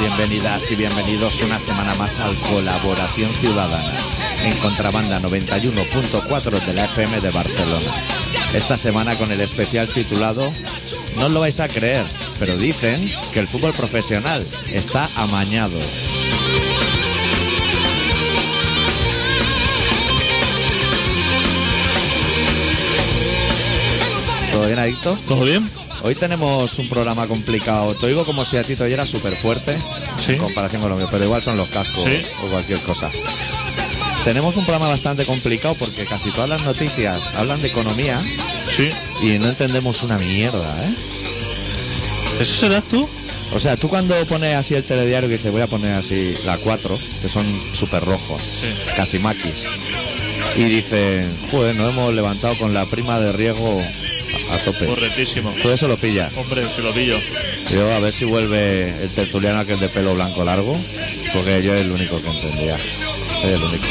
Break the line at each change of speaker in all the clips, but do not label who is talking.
Bienvenidas y bienvenidos una semana más al Colaboración Ciudadana en Contrabanda 91.4 de la FM de Barcelona. Esta semana con el especial titulado No os lo vais a creer, pero dicen que el fútbol profesional está amañado. ¿Todo bien, Adicto?
¿Todo bien?
Hoy tenemos un programa complicado. Te oigo como si a ti te oyera súper fuerte
Sí.
en comparación con lo mío, pero igual son los cascos
Sí.
o cualquier cosa. Tenemos un programa bastante complicado porque casi todas las noticias hablan de economía
Sí.
y no entendemos una mierda, ¿eh?
¿Eso serás tú?
O sea, tú cuando pones así el telediario que dices voy a poner así la 4, que son súper rojos, casi maquis, y dicen, joder, nos hemos levantado con la prima de riesgo a a tope.
Correctísimo.
Todo eso lo pilla.
Hombre, si lo pillo.
Yo a ver si vuelve el tertuliano aquel de pelo blanco largo, porque yo es el único que entendía. Soy el único.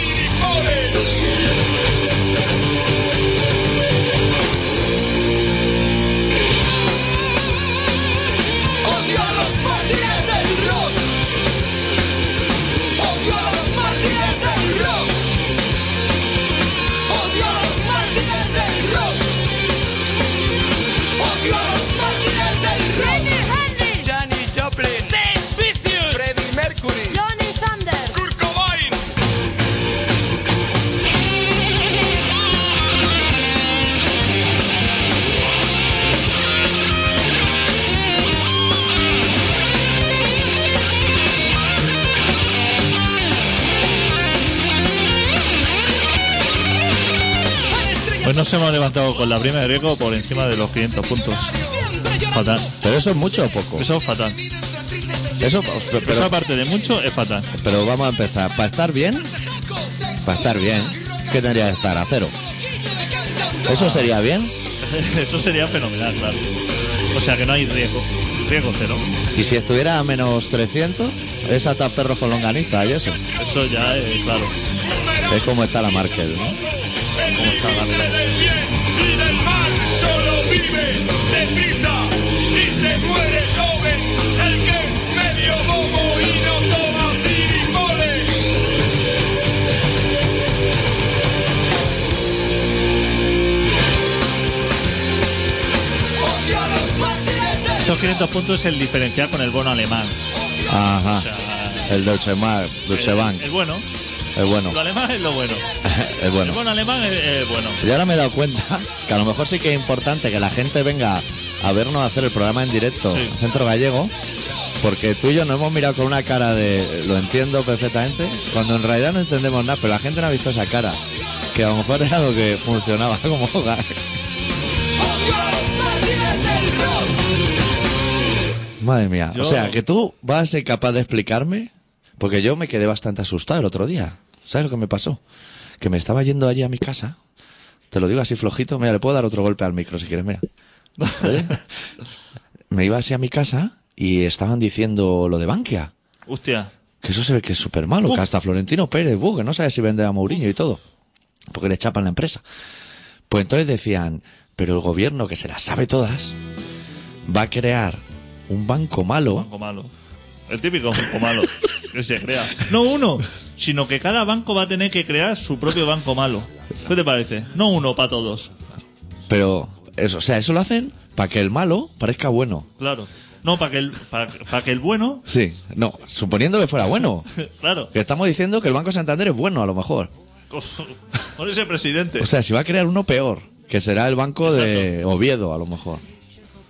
Odio a los mártires del rock. Odio a los mártires del rock. Odio a los mártires del rock. Odio a los mártires del rock.
Lenny Henry,
Johnny Joplin,
Sex Vicious,
Freddie Mercury,
Johnny Thunder,
Kurt Cobain.
Hoy Pues nos hemos levantado con la prima de riesgo por encima de los 500 puntos. Fatal.
Pero eso es mucho o poco.
Eso es fatal.
Eso,
Eso
pero,
aparte de mucho es fatal.
pero vamos a empezar. Para estar bien, para estar bien, ¿qué tendría que estar? A cero. ¿Eso sería bien?
Eso sería fenomenal, claro. O sea que no hay riesgo. Riesgo cero.
Y si estuviera a menos 300, es atar perros con longaniza y eso.
Eso ya es claro.
Es como está la Markel, ¿no?
¿Cómo está la vida?
y del mal solo vive deprisa y se muere joven el que es medio bobo y no toma ciripoles.
Odio a los mártires del
Esos 500 puntos es el diferencial con el bono alemán. O
Ajá.
sea,
El Deutsche Mark, Deutsche Bank.
es bueno.
Es bueno,
Lo alemán es lo bueno.
es
El
bueno.
bono alemán es, es bueno.
Y ahora me he dado cuenta que a lo mejor sí que es importante que la gente venga a vernos hacer el programa en directo
Sí.
en Centro Gallego, porque tú y yo nos hemos mirado con una cara de lo entiendo perfectamente, cuando en realidad no entendemos nada, pero la gente no ha visto esa cara, que a lo mejor era lo que funcionaba como gag.
Odio a los mártires del rock.
Madre mía, o
Yo-
sea, que tú vas a ser capaz de explicarme, porque yo me quedé bastante asustado el otro día. ¿Sabes lo que me pasó? Que me estaba yendo allí a mi casa. Te lo digo así flojito. Mira, le puedo dar otro golpe al micro si quieres, mira. ¿Vale? me iba así a mi casa y estaban diciendo lo de Bankia.
Hostia.
Que eso se ve que es súper malo. Que
Uf.
hasta Florentino Pérez, buh, que no sabe si vende a Mourinho y todo. Porque le chapan la empresa. Pues entonces decían, pero el gobierno que se las sabe todas va a crear un banco malo.
Banco malo. El típico banco malo que se crea. No uno, sino que cada banco va a tener que crear su propio banco malo. ¿Qué te parece? No uno para todos.
Pero, eso, o sea, eso lo hacen para que el malo parezca bueno.
Claro. No, para que, el, para, para que el bueno.
Sí, no, suponiendo que fuera bueno.
Claro.
Que estamos diciendo que el Banco Santander es bueno, a lo mejor.
Con, con ese presidente.
O sea, si va a crear uno peor, que será el Banco de Oviedo, a lo mejor.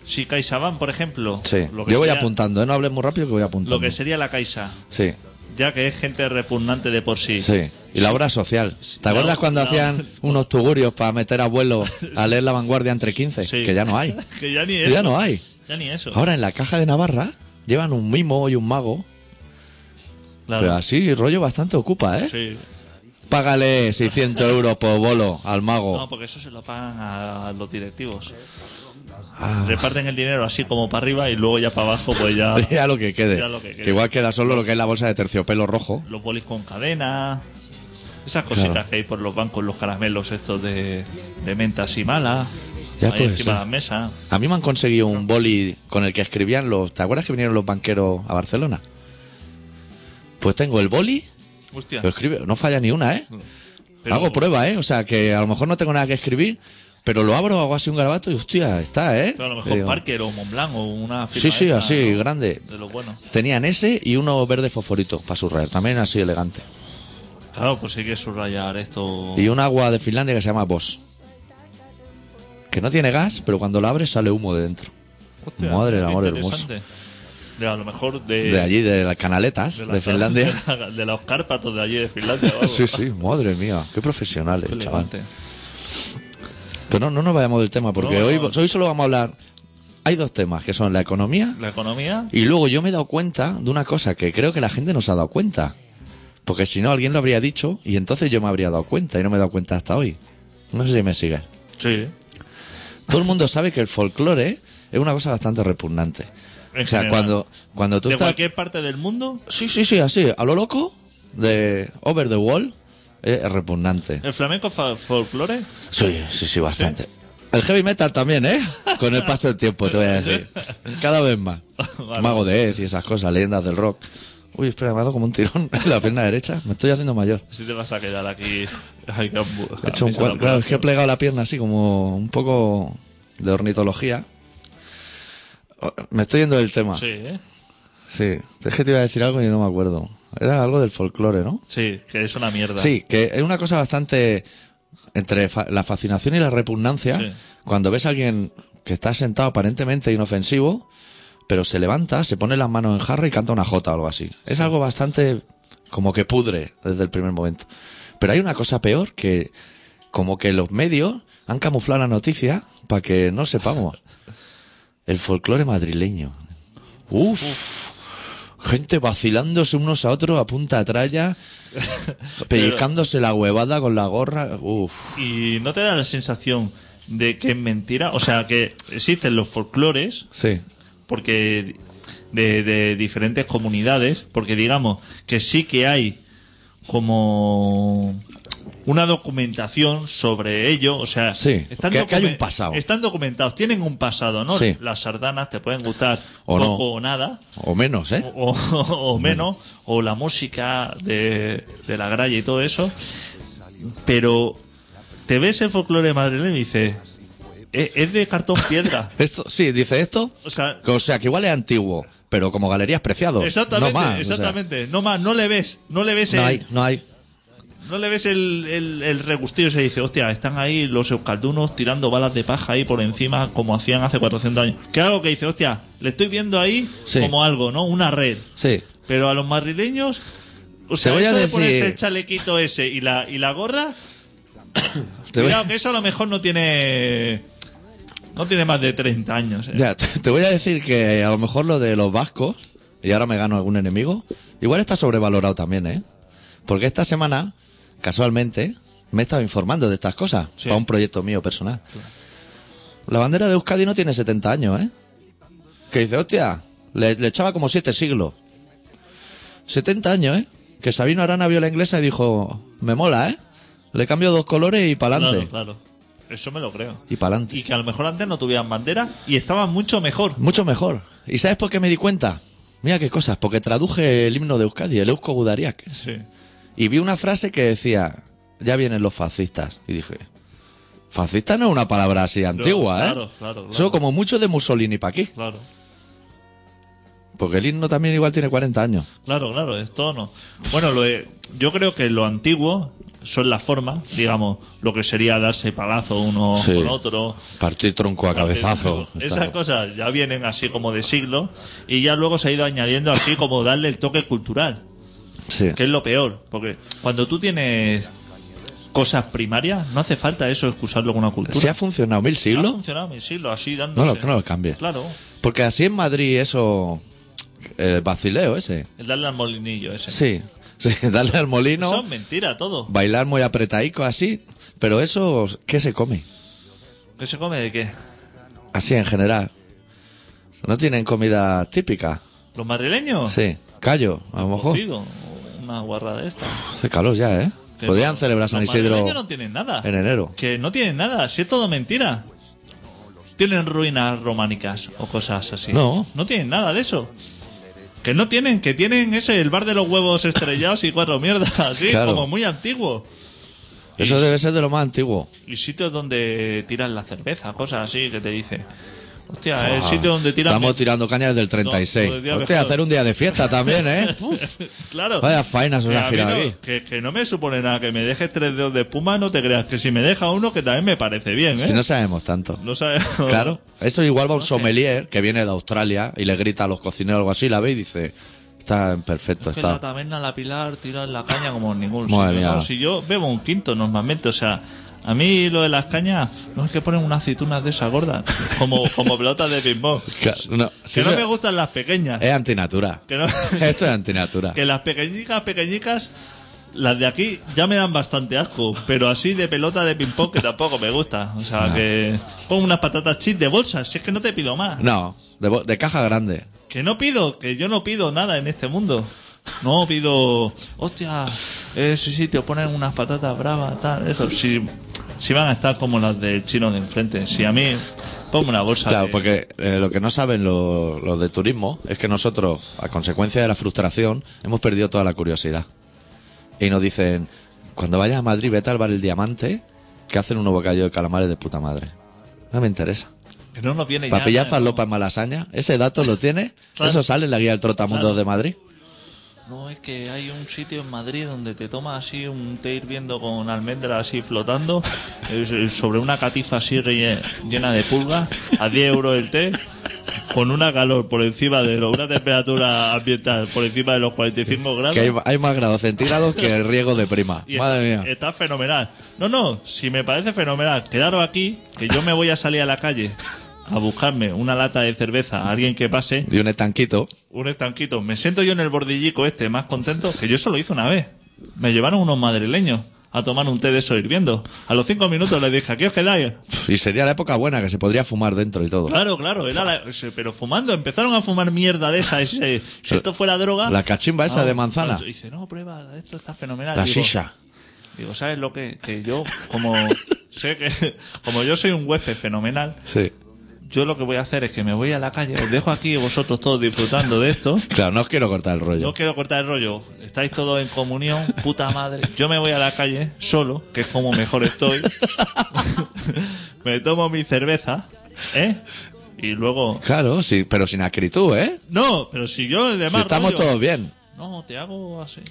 Si CaixaBank, por ejemplo.
Sí,
lo que
yo voy
sería-
apuntando, ¿eh? no hables muy rápido que voy apuntando.
Lo que sería la Caixa.
Sí,
Ya que es gente repugnante de por sí.
sí. Y la obra social. ¿Te
La-
acuerdas cuando
la-
hacían unos tugurios para meter abuelos a leer La Vanguardia entre 15?
Sí.
Que ya no hay.
que ya ni
Que
eso.
ya no hay.
Ya ni eso.
Ahora en la caja de Navarra llevan un mimo y un mago,
Claro.
pero así rollo bastante ocupa, ¿eh?
Sí.
Págale 600 euros por bolo al
No,
mago.
porque eso se lo pagan a los directivos. Reparten el dinero así como para arriba y luego ya para abajo, pues ya
Ya lo que quede.
Ya lo que quede.
igual queda solo lo que es la bolsa de terciopelo rojo.
los bolis con cadena. Esas cositas
Claro.
que hay por los bancos, los caramelos estos de, de menta así mala.
Ya
ahí
puede
encima
ser.
de la mesa.
A mí me han conseguido un boli con el que escribían los... ¿Te acuerdas que vinieron los banqueros a Barcelona? Pues tengo el boli,
Hostia.
lo escribe, no falla ni una, ¿eh?
Pero-
Pues Hago prueba, ¿eh? O sea, que a lo mejor no tengo nada que escribir, pero lo abro, hago así un garabato y hostia, está, ¿eh?
pero a lo
Y
mejor
digo,
Parker o Montblanc o una
Sí,
firma
sí,
esta,
así,
¿no?
grande.
De lo bueno.
Tenían ese y uno verde fosforito para subrayar, también así elegante.
Claro, pues hay que subrayar esto.
Y un agua de Finlandia que se llama Boss. Que no tiene gas, pero cuando la abres sale humo de dentro.
Hostia,
Madre del
qué
amor hermoso.
interesante. De a lo mejor de.
De allí, de las canaletas de,
la-
Finlandia.
De, la- de los cárpatos de allí de Finlandia. vamos.
Sí, sí, madre mía, qué profesionales,
Qué
chaval.
elegante.
Pero no, no nos vayamos del tema, porque
No,
hoy,
no.
hoy solo vamos a hablar. Hay dos temas, que son la economía
La economía.
y luego yo me he dado cuenta de una cosa que creo que la gente no se ha dado cuenta. Porque si no, alguien lo habría dicho y entonces yo me habría dado cuenta y no me he dado cuenta hasta hoy. No sé si me sigues.
Sí.
Todo el mundo sabe que el folclore es una cosa bastante repugnante.
En
o sea,
general.
cuando, cuando tú
De
estás...
cualquier parte del mundo,
Sí, sí, sí, así, a lo loco, de Over the Wall, eh, es repugnante.
el flamenco fa- folclore.
Sí, sí, sí, bastante. El heavy metal también, ¿eh? Con el paso del tiempo, te voy a decir. Cada vez más.
Vale.
Mago de Ed y esas cosas, leyendas del rock. Uy, espera, me ha dado como un tirón en la pierna derecha. Me estoy haciendo mayor.
Si te vas a quedar aquí. Ay, qué ambu-
He hecho un
a mí se me
cuadro.
ha
Claro, es que he
ocurrido.
plegado la pierna así como un poco de ornitología. Oh, Me estoy yendo del tema.
Sí, ¿eh?
Sí, es que te iba a decir algo y no me acuerdo. Era algo del folclore, ¿no?
Sí, que es una mierda.
Sí, que es una cosa bastante entre fa- la fascinación y la repugnancia.
Sí.
Cuando ves a alguien que está sentado aparentemente inofensivo, pero se levanta, se pone las manos en jarra y canta una jota o algo así. Es algo bastante como que pudre desde el primer momento. Pero hay una cosa peor que como que los medios han camuflado la noticia para que no sepamos. El folclore madrileño. Uf. Gente vacilándose unos a otros a punta tralla, pellizcándose la huevada con la gorra. Uf.
¿Y no te da la sensación de que es mentira? O sea, que existen los folclores,
Sí.
porque de, de diferentes comunidades, porque digamos que sí que hay como una documentación sobre ello, o sea,
Sí, que- que hay
documen-
un pasado.
están documentados, tienen un pasado, ¿no?
Sí.
Las sardanas te pueden gustar
O no.
poco o nada,
O menos, ¿eh?
o, o menos, o la música de, de la gralla y todo eso, pero te ves el folclore madrileño y dices, "Es- es de cartón piedra.
Esto, sí, dice esto.
O sea-
o sea, que igual es antiguo, pero como galería es preciado.
Exactamente,
No más. o sea,
exactamente. No más, no le ves, no le ves
no
el,
hay, no hay.
no le ves el, el, el regustillo. Se dice, hostia, están ahí los euskaldunos tirando balas de paja ahí por encima, como hacían hace 400 años. Que algo que dice, hostia, le estoy viendo ahí
Sí.
como algo, ¿no? Una red.
Sí.
Pero a los madrileños, o sea,
voy a
eso de
decir-
ponerse el chalequito ese y la, y la gorra,
Te voy-
cuidado, que eso a lo mejor no tiene. No tiene más de 30 años. ¿eh?
Ya, te te voy a decir que a lo mejor lo de los vascos, y ahora me gano algún enemigo, igual está sobrevalorado también, ¿eh? Porque esta semana, casualmente, me he estado informando de estas cosas
Sí.
para un proyecto mío personal. La bandera de Euskadi no tiene 70 años, ¿eh? Que dice, hostia, le, le echaba como 7 siglos. 70 años, ¿eh? Que Sabino Arana vio la inglesa y dijo, me mola, ¿eh? Le cambio dos colores y pa'lante.
Claro, claro. Eso me lo creo.
Y pa'lante.
Y que a lo mejor antes no tuvieran bandera y estaban mucho mejor.
Mucho mejor. ¿Y sabes por qué me di cuenta? Mira qué cosas, porque traduje el himno de Euskadi, el Eusko Gudariak.
Sí.
Y vi una frase que decía, ya vienen los fascistas. Y dije, fascista no es una palabra así antigua,
claro,
¿eh?
claro, claro.
Eso como mucho de Mussolini para aquí.
Claro,
Porque el himno también igual tiene 40 años.
claro, claro, esto no. Bueno, lo de- yo creo que lo antiguo son las formas, digamos, lo que sería darse palazo uno
Sí.
con otro.
Partir tronco a cabezazo.
Esas cosas ya vienen así como de siglo y ya luego se ha ido añadiendo así como darle el toque cultural,
Sí.
que es lo peor, porque cuando tú tienes cosas primarias, no hace falta eso excusarlo con una cultura.
Si ha funcionado mil
Ha
siglos,
funcionado mi siglo, así
no
dándose.
lo, no lo cambies.
Claro,
Porque así en Madrid eso... El vacileo ese.
el darle al molinillo ese.
Sí. Sí, darle al molino.
Eso es mentira todo.
bailar muy apretadico así, pero eso, ¿qué se come?
¿Qué se come de qué?
Así en general. No tienen comida típica.
¿Los madrileños?
Sí, callo, a lo mejor.
Cocido, o Una guarra de esta.
Hace calor ya, ¿eh?
Que
Podrían
no,
celebrar San
los
Isidro
madrileños no tienen nada.
en enero.
Que no tienen nada, si es todo mentira. Tienen ruinas románicas o cosas así.
No.
No tienen nada de eso. Que no tienen, que tienen ese, el bar de los huevos estrellados y cuatro mierdas, así
Claro.
como muy antiguo.
Eso
Y-
debe ser de lo más antiguo.
y sitios donde tiran la cerveza, cosas así que te dice. Hostia, el sitio donde tiran.
Estamos tirando cañas del 36.
No, joder, día
Hostia,
mejor.
hacer un día de fiesta también, ¿eh? Uf.
Claro.
Vaya faena se
Que
os ha
a mí
girado
no-
aquí.
Que, que no me supone nada que me dejes tres dedos de espuma, no te creas. Que si me deja uno, que también me parece bien, ¿eh?
Si no sabemos tanto.
No sabes.
Claro. Eso igual va un sommelier que viene de Australia y le grita a los cocineros algo así, la ve y dice, está en perfecto
Es que en la
estado.
taberna la Pilar tiran la caña como en ningún
Madre
sitio.
mía.
No, si yo bebo un quinto normalmente, o sea, a mí lo de las cañas, no es que ponen unas aceitunas de esas gordas, como, como pelotas de ping-pong.
Claro, no, si
que no
eso
me gustan las pequeñas.
Es antinatura.
Que no-
Eso es antinatura.
Que las pequeñicas, pequeñicas, las de aquí ya me dan bastante asco, pero así de pelota de ping-pong que tampoco me gusta. O
Ah.
sea, que pongo unas patatas chip de bolsa, si es que no te pido más.
No, de, bo- de caja grande.
Que no pido, que yo no pido nada en este mundo. No pido, hostia, eh, ese sitio ponen unas patatas bravas, tal, eso. Si, si van a estar como las del chino de enfrente, si a mí, pongo una bolsa.
Claro,
de-
porque eh, lo que no saben lo- los de turismo es que nosotros, a consecuencia de la frustración, hemos perdido toda la curiosidad. Y nos dicen, cuando vayas a Madrid, vete al bar El Diamante, que hacen un bocadillo de calamares de puta madre. No me interesa.
que no nos viene
Para
ya,
pillar
¿no?
farlopa en Malasaña, ese dato lo tiene,
Claro.
eso sale en la guía del Trotamundos
Claro.
de Madrid.
No, es que hay un sitio en Madrid donde te tomas así un té hirviendo con almendras así flotando eh, sobre una catifa así relle- llena de pulgas a 10 euros el té con una calor por encima de lo- una temperatura ambiental por encima de los 45 grados.
Que hay, hay más grados centígrados que el riego de prima.
y
Madre
está-
mía.
Está fenomenal. No, no, si me parece fenomenal, quedaros aquí, que yo me voy a salir a la calle a buscarme una lata de cerveza a alguien que pase,
Y un estanquito.
un estanquito. Me siento yo en el bordillico este, más contento, que yo eso lo hice una vez. Me llevaron unos madrileños a tomar un té de eso hirviendo. A los cinco minutos les dije, aquí os quedáis.
Y sería la época buena, que se podría fumar dentro y todo.
Claro, claro, era la- ese- pero fumando, empezaron a fumar mierda de esa. ese- si esto fuera droga.
La cachimba esa
Ah,
de manzana.
y dice, no, prueba, esto está fenomenal.
La
Digo,
shisha.
Digo, ¿sabes lo que? Que yo, como sé que, como yo soy un huésped fenomenal,
Sí.
yo lo que voy a hacer es que me voy a la calle, os dejo aquí vosotros todos disfrutando de esto.
Claro, no os quiero cortar el rollo.
No quiero cortar el rollo. Estáis todos en comunión, puta madre. Yo me voy a la calle solo, que es como mejor estoy. me tomo mi cerveza, ¿eh? Y luego.
Claro, sí, pero sin acritud, ¿eh?
No, pero si yo de
Si
más
estamos
rollo-
todos bien.
No, te hago así.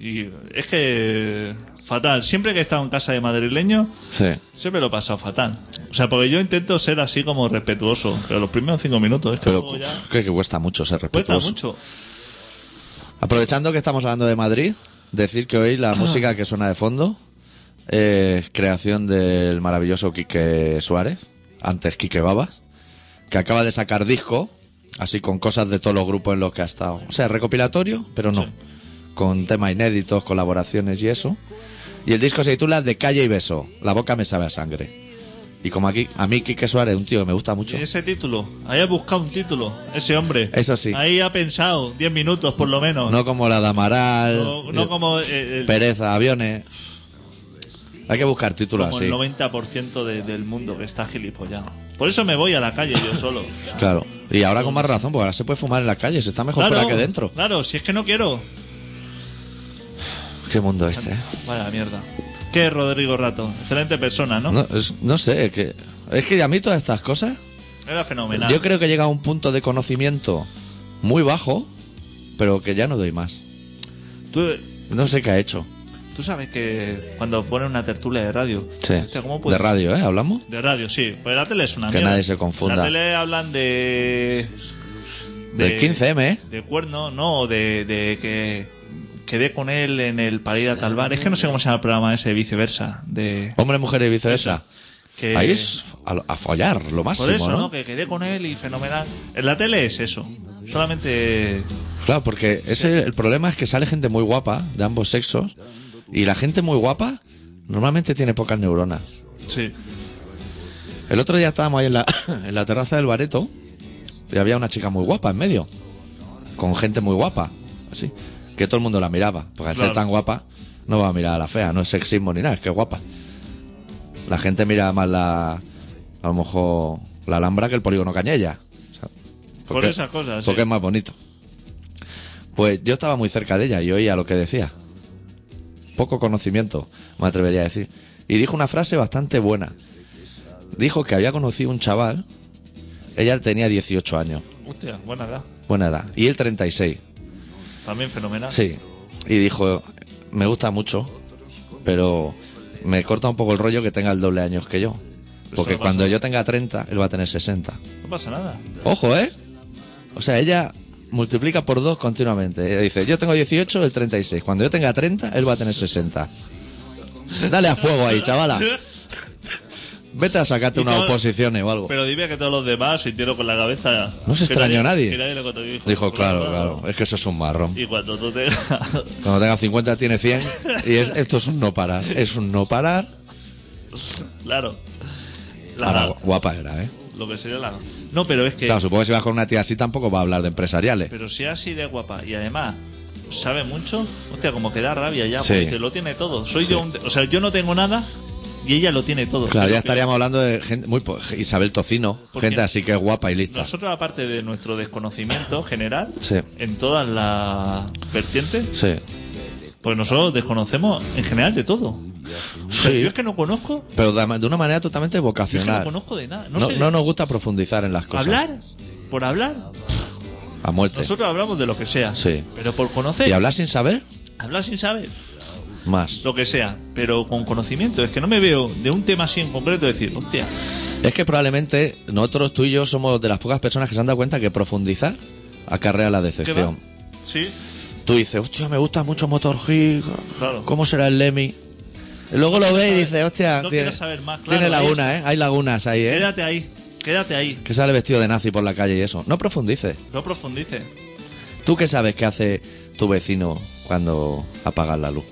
Y es que. Fatal. Siempre que he estado en casa de madrileño,
Sí.
siempre lo he pasado fatal. O sea, porque yo intento ser así como respetuoso. Pero los primeros cinco minutos, es que
Pero
luego ya.
uf, creo que cuesta mucho ser
Cuesta
respetuoso.
mucho.
Aprovechando que estamos hablando de Madrid, decir que hoy
Ah.
la música que suena de fondo es creación del maravilloso Quique Suárez, antes Quique Babas, que acaba de sacar disco, así con cosas de todos los grupos en los que ha estado. O sea, recopilatorio, pero no. Con temas inéditos, colaboraciones y eso. Y el disco se titula De calle y beso, la boca me sabe a sangre. Y como aquí, a mí Quique Suárez, un tío que me gusta mucho.
Ese título, ahí ha buscado un título, ese hombre.
Eso sí.
Ahí ha pensado 10 minutos por lo menos.
No como la de Amaral,
No- no como, eh, el-
Pereza, aviones. Hay que buscar títulos
como
así.
el 90% de- del mundo que está gilipollado. Por eso me voy a la calle yo solo.
Claro. Y ahora con más razón, porque ahora se puede fumar en la calle, se está mejor fuera que dentro.
Claro, si es que no quiero.
Qué mundo este. ¿eh?
Vaya mierda. ¿Qué Rodrigo Rato? Excelente persona, ¿no?
No, es- no sé, es que, es que a mí todas estas cosas,
Era fenomenal.
yo creo que llega a un punto de conocimiento muy bajo, pero que ya no doy más.
Tú,
No sé qué ha hecho.
tú sabes que cuando ponen una tertulia de radio.
Sí.
hostia, ¿cómo puede-
De radio, ¿eh? ¿Hablamos?
De radio, sí. Pues la tele es una
Que
mierda.
nadie se confunda.
La tele hablan de.
Del 15M, ¿eh?
De cuerno, no, de, de que quedé con él en el para ir a tal bar. Es que no sé cómo se llama el programa ese, viceversa. De,
Hombre, mujer y viceversa.
que,
Ahí es a, a follar, lo máximo,
Por eso,
¿no?
¿no? Que quedé con él y fenomenal. En la tele es eso. Solamente.
Claro, porque ese, el problema es que sale gente muy guapa de ambos sexos y la gente muy guapa normalmente tiene pocas neuronas.
Sí.
El otro día estábamos ahí en la, en la terraza del bareto y había una chica muy guapa en medio, con gente muy guapa, así, que todo el mundo la miraba, porque al
Claro.
ser tan guapa no va a mirar a la fea, no es sexismo ni nada, es que es guapa. La gente mira más la, a lo mejor, la Alhambra que el polígono Cañella. o sea,
Por esas cosas, sí.
Porque es más bonito. Pues yo estaba muy cerca de ella y oía lo que decía. Poco conocimiento, me atrevería a decir. Y dijo una frase bastante buena. Dijo que había conocido un chaval. Ella tenía 18 años,
Hostia, buena edad.
buena edad, y él 36.
También fenomenal.
Sí. Y dijo, me gusta mucho, pero me corta un poco el rollo que tenga el doble de años que yo. Porque
no pasa
cuando
nada.
yo tenga 30, él va a tener 60.
No pasa nada.
Ojo, ¿eh? O sea, ella multiplica por dos continuamente. Ella dice, yo tengo 18, él 36. Cuando yo tenga 30, él va a tener 60. Dale a fuego ahí, chavala. Vete a sacarte
Y
unas
todo-
oposiciones o algo.
Pero dime que todos los demás sintieron con la cabeza.
No se
que
extrañó nadie.
que lo que te dijo.
Dijo,
Por
claro,
otro lado.
claro, es que eso es un marrón.
Y cuando tú te. Eso
Cuando tenga 50 tiene 100 y es- esto es un no parar. Es un no parar.
claro. La-
Ahora, gu- guapa era, ¿eh?
lo que sería la. No, pero es que.
Claro, supongo que si vas con una tía así tampoco va a hablar de empresariales.
Pero si es así de guapa y además sabe mucho, hostia, como que da rabia ya,
Sí.
porque dice, lo tiene todo. Soy yo un- O sea, yo no tengo nada y ella lo tiene todo.
Claro,
Pero
ya
que
estaríamos hablando de gente muy po- Isabel Tocino,
Porque
gente así que es guapa y lista.
Nosotros, aparte de nuestro desconocimiento general,
Sí.
en todas las vertientes,
Sí.
pues nosotros desconocemos en general de todo. Pero
Sí.
Yo es que no conozco,
Pero de de una manera totalmente
yo es que no
vocacional.
conozco de nada. No,
No,
sé
no nos gusta profundizar en las cosas.
hablar, por hablar,
A muerte.
nosotros hablamos de lo que sea.
Sí.
Pero por conocer,
Y hablar sin saber,
hablar sin saber.
más.
lo que sea, pero con conocimiento. Es que no me veo de un tema así en concreto decir, hostia,
Es que probablemente nosotros, tú y yo, somos de las pocas personas que se han dado cuenta que profundizar acarrea la
¿qué va?
decepción.
Sí,
Tú dices, hostia, me gusta mucho Motor G.
Claro.
¿Cómo será el Lemmy? Y luego lo ves y dices, hostia,
No
tiene,
quieres saber más,
tiene
claro,
lagunas, ¿eh? Hay lagunas ahí, ¿eh?
quédate ahí, quédate ahí,
Que sale vestido de nazi por la calle y eso. No profundices.
no profundices.
¿Tú qué sabes que hace tu vecino cuando apagas la luz?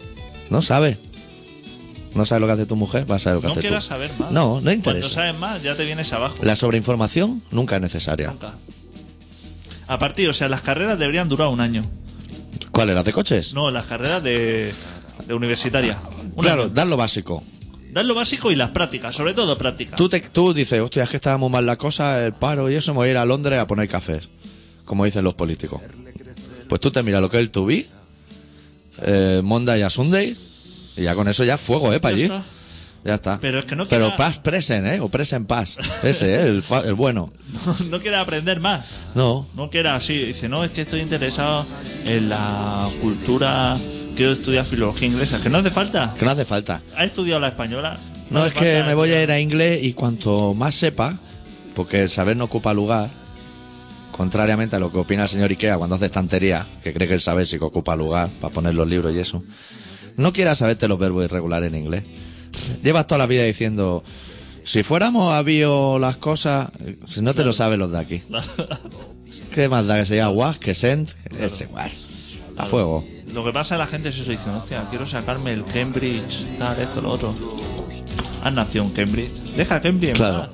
No sabes. No sabes lo que hace tu mujer, vas a saber lo que
No
hace tú.
quieras saber más.
No, no
Cuando
interesa.
sabes más, ya te vienes abajo.
La sobreinformación nunca es necesaria.
Nunca. A partir, o sea, las carreras deberían durar un año.
¿Cuáles? ¿Las de coches?
No, las carreras de, de universitaria. Un
claro,
año.
dar lo básico.
Dar lo básico y las prácticas, sobre todo prácticas.
Tú, te, tú dices, hostia, es que estaba muy mal la cosa, el paro y eso, me voy a ir a Londres a poner cafés, como dicen los políticos. Pues tú te miras lo que es el Tubi, eh, Monday a Sunday, y ya con eso ya fuego, ¿eh? Para
Ya
allí.
está.
Ya está.
Pero es que no
Pero
queda-
Paz Present, ¿eh? O Present Paz. Ese, ¿eh? el, fa- el bueno.
no quieras aprender más.
No.
No que era así, dice, no, es que estoy interesado en la cultura, quiero estudiar filología inglesa, que no hace falta.
Que no hace falta.
¿Ha estudiado la española?
No,
hace
es que
falta.
me voy a ir a inglés y cuanto más sepa, porque el saber no ocupa lugar, contrariamente a lo que opina el señor Ikea cuando hace estantería, que cree que el saber sí que ocupa lugar para poner los libros y eso, no quieras saberte los verbos irregulares en inglés. Llevas toda la vida diciendo, si fuéramos a bio las cosas, si no te lo saben los de aquí. ¿Qué más da que se diga was, que sent? Es igual. A fuego.
Lo que pasa a la gente es eso, dicen, hostia, quiero sacarme el Cambridge, tal, esto, lo otro. Has nacido en Cambridge. Deja Cambridge en
Claro.
paz.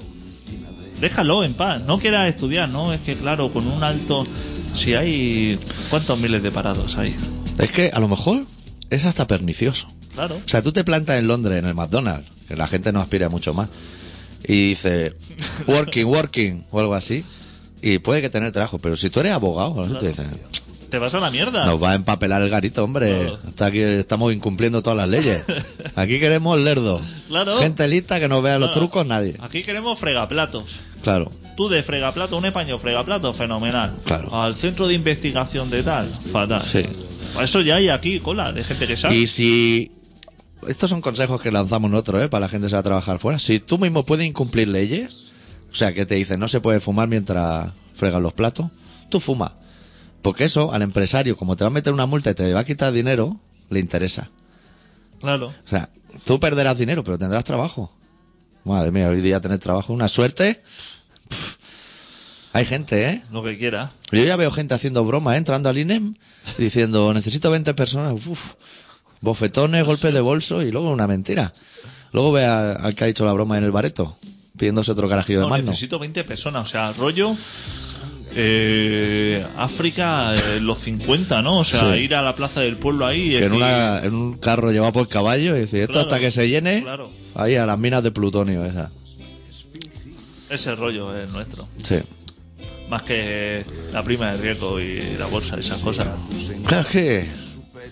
Déjalo en paz. No quieras estudiar, ¿no? Es que claro, con un alto... Si hay... ¿Cuántos miles de parados hay?
Es que a lo mejor es hasta pernicioso.
Claro.
O sea, tú te plantas en Londres, en el McDonald's, que la gente no aspira mucho más, y dice working, working, o algo así, y puede que tener trabajo, pero si tú eres abogado, la gente dice,
Te vas a la mierda.
nos va a empapelar el garito, hombre,
Claro.
hasta aquí estamos incumpliendo todas las leyes. Aquí queremos lerdo.
Claro.
Gente lista que no vea los
Claro.
trucos, nadie.
Aquí queremos fregaplatos.
Claro.
Tú de fregaplato, un español fregaplato, fenomenal.
Claro.
Al centro de investigación de tal, fatal.
Sí.
Para Eso ya hay aquí, cola, de gente que sabe.
Y si... Estos son consejos que lanzamos nosotros, ¿eh? Para la gente que se va a trabajar fuera. Si tú mismo puedes incumplir leyes, o sea, que te dicen no se puede fumar mientras fregas los platos, tú fuma. Porque eso al empresario, como te va a meter una multa y te va a quitar dinero, le interesa.
Claro.
O sea, tú perderás dinero, pero tendrás trabajo. Madre mía, hoy día tener trabajo, una suerte. Pff. Hay gente, ¿eh?
Lo que quiera.
Yo ya veo gente haciendo bromas, ¿eh? entrando al INEM, diciendo, necesito 20 personas, uf, bofetones, golpes de bolso y luego una mentira. Luego ve a- al que ha dicho la broma en el bareto, pidiéndose otro carajillo de
No,
mano.
necesito 20 personas, o sea, rollo. eh, África, eh, los 50, ¿no? O sea,
Sí.
ir a la plaza del pueblo ahí. y
Que en,
decir,
una- en un carro llevado por caballo y decir, esto
Claro,
hasta que se llene,
claro.
ahí a las minas de plutonio esa.
Ese rollo es nuestro.
Sí.
Más que la prima de riesgo y la bolsa y esas cosas.
Claro, es que.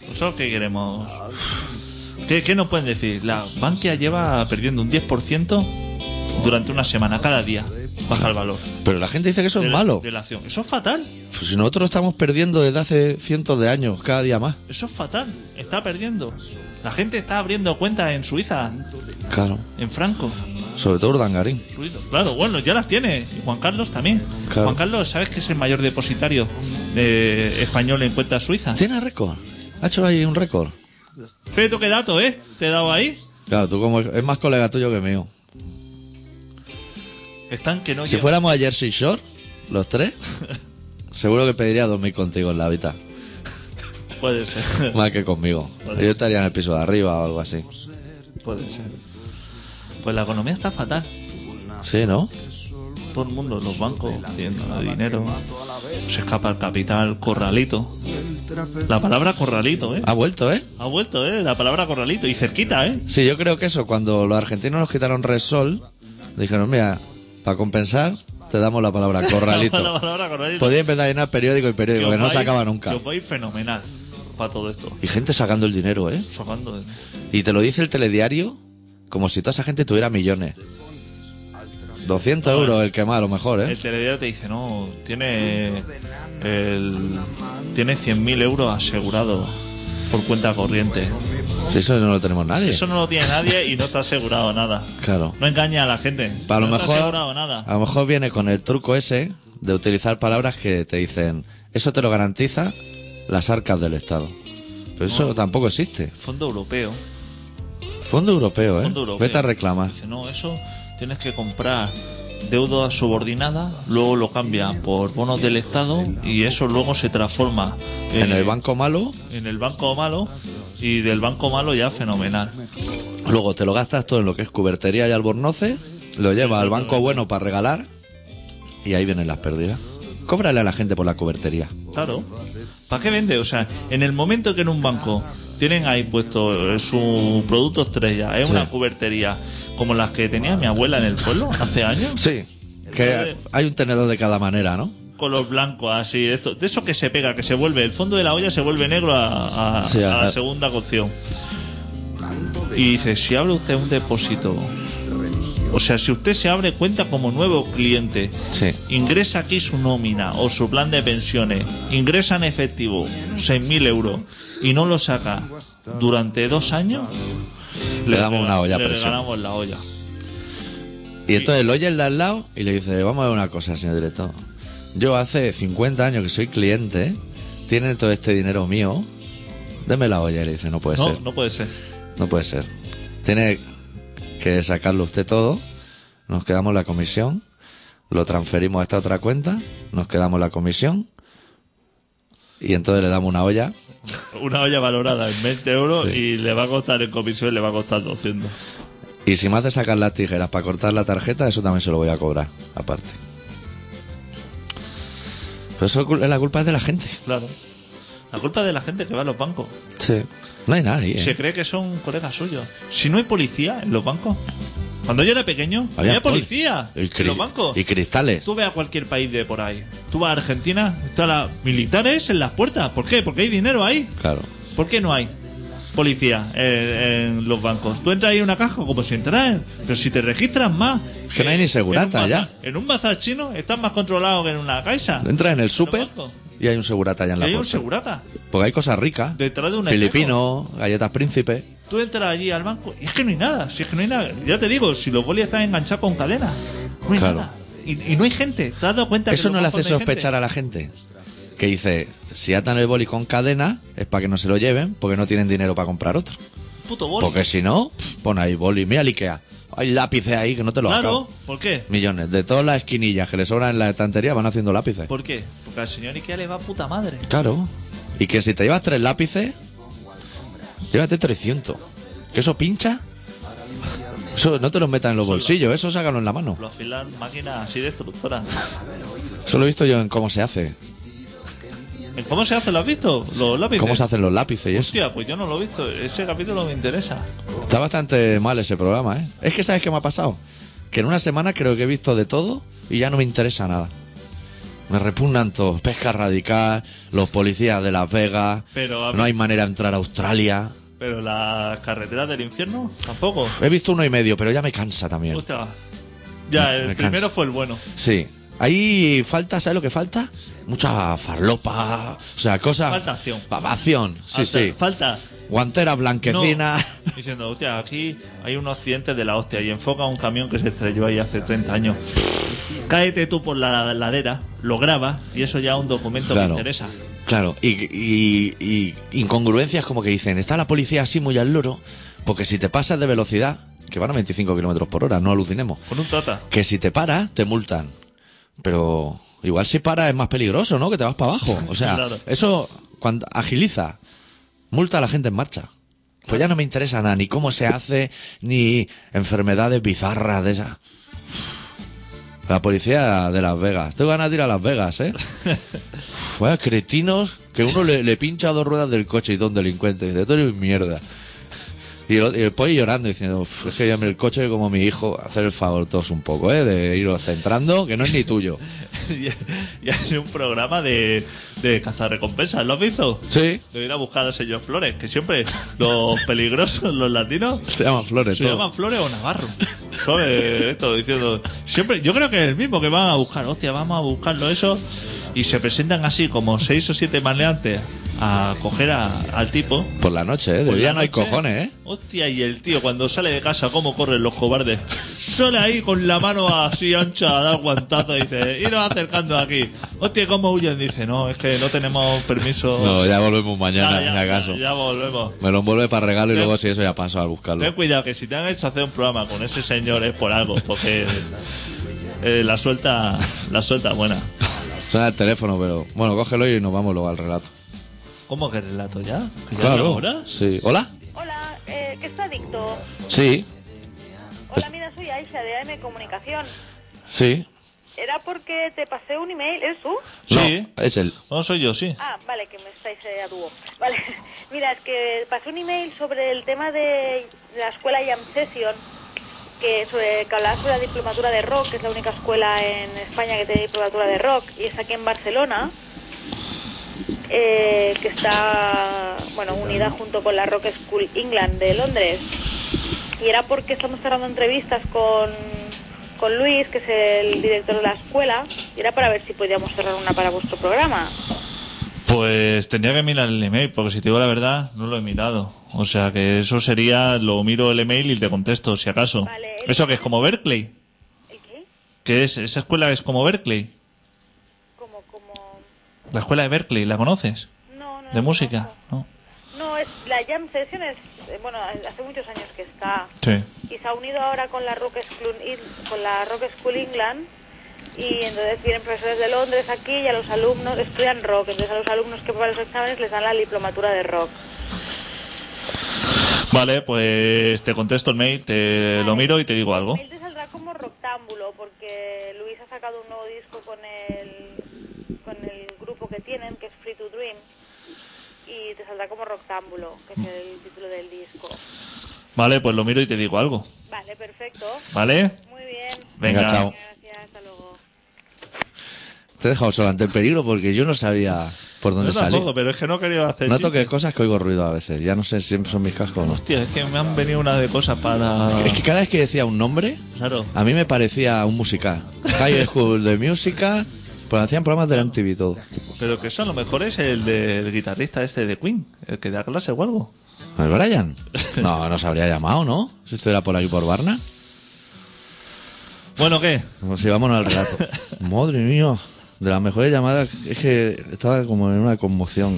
¿Nosotros qué queremos? ¿Qué, qué nos pueden decir? La Bankia lleva perdiendo un 10% durante una semana, cada día. Baja el valor.
Pero la gente dice que eso
de
es
la-
malo.
de la acción. Eso es fatal.
Pues si nosotros estamos perdiendo desde hace cientos de años, cada día más.
Eso es fatal. Está perdiendo. La gente está abriendo cuentas en Suiza,
Claro.
en Franco.
Sobre todo Urdangarín.
Suizo. Claro, bueno, ya las tiene. Y Juan Carlos también.
Claro.
Juan Carlos, ¿sabes que es el mayor depositario eh, español en cuentas suizas?
Tiene récord. Ha hecho ahí un récord.
Pero qué dato, ¿eh? Te he dado ahí.
Claro, tú como es más colega tuyo que mío.
Están que no
Si
llevan-
fuéramos a Jersey Shore, los tres, seguro que pediría dormir contigo en la habita.
Puede ser.
Más que conmigo. Yo estaría en el piso de arriba o algo así.
Puede ser. Pues la economía está fatal. Ah.
Sí, ¿no?
Todo el mundo, los bancos, pidiendo dinero. Se escapa el capital, corralito. La palabra corralito, ¿eh?
Ha vuelto, ¿eh?
Ha vuelto, ¿eh? La palabra corralito. Y cerquita, ¿eh?
Sí, yo creo que eso, cuando los argentinos nos quitaron Resol, dijeron, mira, para compensar, te damos la palabra
la
corralito.
palabra corralito.
Podía empezar a llenar periódico y
Que
periódico,
os
que no
vais-
se acaba nunca.
que os vais fenomenal para todo esto.
Y gente sacando el dinero, ¿eh?
Sacando de-
Y te lo dice el telediario como si toda esa gente tuviera millones. 200 euros el que más, a lo mejor, ¿eh?
El telediario te dice, no, tiene el, tiene 100.000 euros asegurados por cuenta corriente.
Si eso no lo tenemos nadie.
Eso no lo tiene nadie y no está asegurado nada.
Claro.
No engaña a la gente.
Para
no
lo
está
mejor,
asegurado nada.
a lo mejor viene con el truco ese de utilizar palabras que te dicen, eso te lo garantiza las arcas del Estado. Pero eso tampoco existe.
Fondo europeo.
Fondo europeo, ¿eh?
Fondo europeo.
Vete a reclamar.
Dice, no, eso tienes que comprar deuda subordinada, luego lo cambia por bonos del Estado y eso luego se transforma
En
eh,
el banco malo,
en el banco malo y del banco malo ya fenomenal.
luego te lo gastas todo en lo que es cubertería y albornoce, lo llevas al banco bueno para regalar y ahí vienen las pérdidas. Cóbrale a la gente por la cubertería.
Claro. ¿Para qué vende? O sea, en el momento que en un banco tienen ahí puesto eh, su producto estrella, es
Sí.
una cubertería como las que tenía mi abuela en el pueblo hace años,
Sí, que hay un tenedor de cada manera, ¿no?
color blanco así, de, esto, de eso que se pega, que se vuelve, el fondo de la olla se vuelve negro a, a-
Sí,
a
a-
la segunda cocción. Y dice, si abre usted un depósito, o sea, si usted se abre cuenta como nuevo cliente,
Sí.
ingresa aquí su nómina o su plan de pensiones, ingresa en efectivo 6.000 euros y no lo saca durante dos años,
Le damos una olla a
le
presión.
regalamos la olla.
Y entonces lo oye el de al lado y le dice, vamos a ver una cosa, señor director. Yo hace 50 años que soy cliente, tiene todo este dinero mío, deme la olla. Y le dice, no puede
No,
ser,
no puede ser.
no puede ser. Tiene que sacarlo usted todo, nos quedamos la comisión, lo transferimos a esta otra cuenta, nos quedamos la comisión y entonces le damos una olla.
Una olla valorada en 20 euros
Sí.
y le va a costar en comisión, le va a costar 200.
Y si me hace sacar las tijeras para cortar la tarjeta, eso también se lo voy a cobrar, aparte. Pero eso cul- la culpa es de la gente.
Claro. La culpa es de la gente que va a los bancos.
Sí. No hay nadie. ¿eh?
Se cree que son colegas suyos. Si no hay policía en los bancos. Cuando yo era pequeño, había,
Había poli-
policía
Y, cri-
en los bancos.
y cristales.
Tú ve a cualquier país de por ahí. Tú vas a Argentina, están las militares en las puertas. ¿Por qué? Porque hay dinero ahí.
Claro.
¿Por qué no hay policía eh, en, los bancos? Tú entras ahí en una caja como si entras, en- pero si te registras más.
Que no hay
eh,
ni segurata
en un
ya.
bazar- En un bazar chino estás más controlado que en una caixa.
Entras en el
En
súper
los bancos.
y hay un segurata allá en
Y
la
hay un
puerta.
segurata.
Porque hay cosas ricas.
Detrás de un
Filipino, galletas príncipe.
Tú entras allí al banco y es que no hay nada. Si es que no hay nada. Ya te digo, si los bolis están enganchados con cadena, no hay
Claro.
nada. Y, y no hay gente. ¿Te has dado cuenta que
Eso
en
no
los
le hace
bancos no hay
sospechar
gente?
a la gente. Que dice, si atan el boli con cadena, es para que no se lo lleven, porque no tienen dinero para comprar otro.
Puto boli.
Porque si no, pf, pon ahí boli, mira el Ikea. Hay lápices ahí que no te los
claro.
acabo.
¿Por qué?
Millones. De todas las esquinillas que le sobran en la estantería van haciendo lápices.
¿Por qué? Porque al señor Ikea le va puta madre.
Claro. Y que si te llevas tres lápices, llévate 300. Que eso pincha. Eso no te los metan en los bolsillos, eso sácalo en la mano.
Lo afilan máquinas así destructoras.
Eso lo he visto yo en cómo se hace.
¿En ¿Cómo se hace? ¿Lo has visto? Los lápices.
Cómo se hacen los lápices y eso.
Hostia, pues yo no lo he visto. Ese capítulo me interesa.
Está bastante mal ese programa, ¿eh? Es que ¿sabes qué me ha pasado? Que en una semana creo que he visto de todo y ya no me interesa nada. Me repugnan todos. Pesca radical, los policías de Las Vegas.
Pero, a ver.
no hay manera de entrar a Australia.
Pero las carreteras del infierno, tampoco.
He visto uno y medio, pero ya me cansa también.
Ostras. Ya,
me
el
canso.
primero fue el bueno.
Sí. Ahí falta, ¿sabes lo que falta? Mucha farlopa, o sea, cosas...
Falta acción.
Va- Acción, sí,
Falta-
sí.
Falta.
Guantera
no.
blanquecina.
Diciendo, hostia, aquí hay unos accidentes de la hostia y enfoca un camión que se estrelló ahí hace 30 años. Cáete tú por la ladera, lo grabas y eso ya es un documento
Claro.
que interesa.
Claro, y, y- y incongruencias como que dicen, está la policía así muy al loro, porque si te pasas de velocidad, que van a 25 kilómetros por hora, no alucinemos,
Con un tata.
que si te paras, te multan. Pero igual si paras es más peligroso, ¿no? Que te vas para abajo. O sea,
Claro.
eso cuando agiliza, multa a la gente en marcha. Pues ya no me interesa nada, ni cómo se hace, ni enfermedades bizarras de esas. La policía de Las Vegas. Tengo ganas de ir a Las Vegas, ¿eh? Uf, vaya cretinos que uno le, le pincha dos ruedas del coche y dos delincuentes. Y dice, tú eres un mierda. Y el, y el pollo llorando diciendo, "Uf, es que yo en el coche como mi hijo, hacer el favor todos un poco, ¿eh? De iros centrando, que no es ni tuyo.
y y hay un programa de, de cazarrecompensas, ¿lo has visto?
Sí.
De ir a buscar al señor Flores, que siempre los peligrosos, los latinos,
Se llaman flores,
se
todo.
llaman Flores o Navarro. ¿Sabes? Esto diciendo. Siempre, yo creo que es el mismo que van a buscar, hostia, vamos a buscarlo eso. Y se presentan así como seis o siete maleantes a coger a- al tipo.
Por la noche, ¿eh? De
Por
día
la
no hay
noche,
cojones, ¿eh?
Hostia, y el tío cuando sale de casa, ¿cómo corren los cobardes? Sale ahí con la mano así ancha a dar guantazo y dice, iros acercando aquí. Hostia, ¿cómo huyen? Dice, no, es que no tenemos permiso.
No, ya volvemos
Ya,
mañana,
ya,
en acaso.
ya volvemos.
Me lo envuelve para regalo y
Ten-
luego si eso ya paso a buscarlo.
Ten cuidado, que si te han hecho hacer un programa con ese señor es por algo, porque eh, la suelta la suelta buena.
Suena el teléfono, pero bueno, cógelo y nos vamos luego al relato.
¿Cómo que relato ya? ¿Que ya
Claro.
ahora?
Sí. ¿Hola?
Hola, eh, ¿qué está adicto?
Sí.
Hola, mira, soy Aisha de AM Comunicación.
Sí.
Era porque te pasé un email, ¿es tú?
Sí.
No, es él.
No, soy yo, sí.
Ah, vale, que me estáis eh, a dúo. Vale, mira, es que pasé un email sobre el tema de la escuela Jam Session, que, sobre, que hablaba sobre la diplomatura de rock, que es la única escuela en España que tiene diplomatura de rock, y es aquí en Barcelona, eh, que está, bueno, unida junto con la Rock School England de Londres. Y era porque estamos cerrando entrevistas con, con Luis, que es el director de la escuela, y era para ver si podíamos cerrar una para vuestro programa.
Pues tendría que mirar el email, porque si te digo la verdad, no lo he mirado. O sea que eso sería, lo miro el email y te contesto, si acaso.
Vale.
¿Eso que es como Berkeley?
¿El qué?
¿Qué es? ¿Esa escuela es como Berkeley?
Como, como...
La escuela de Berkeley, ¿la conoces?
No, no.
¿De
no,
música? ¿No?
No, No, es, la Jam Session es, eh, bueno, hace muchos años que está.
Sí.
Y se ha unido ahora con la Rock School, Il- con la Rock School England. Y entonces vienen profesores de Londres aquí y a los alumnos estudian rock. Entonces a los alumnos que para los exámenes les dan la diplomatura de rock.
Vale, pues te contesto el mail, te lo miro y te digo algo.
Él te saldrá como Roctámbulo porque Luis ha sacado un nuevo disco con el, con el grupo que tienen, que es Free to Dream. Y te saldrá como Roctámbulo, que es el título del disco.
Vale, pues lo miro y te digo algo.
Vale, perfecto.
¿Vale?
Muy bien.
Venga, chao.
Gracias, hasta luego.
Te he dejado solo ante el peligro porque yo no sabía por dónde
Yo
salir.
tampoco, pero es que no he querido hacer.
No
chiste.
toques cosas que oigo ruido a veces. Ya no sé si son mis cascos o no.
Hostia, es que me han venido una de cosas para.
Es que cada vez que decía un nombre,
Claro.
a mí me parecía un musical. High School de Música, pues hacían programas de la MTV y todo.
Pero que eso a lo mejor es el del guitarrista este de Queen, el que da clase o algo.
¿El Brian? No, nos habría llamado, ¿no? Si estuviera por aquí por Barna.
Bueno, ¿qué?
Pues sí, vámonos al relato. Madre mía, de las mejores llamadas, es que estaba como en una conmoción.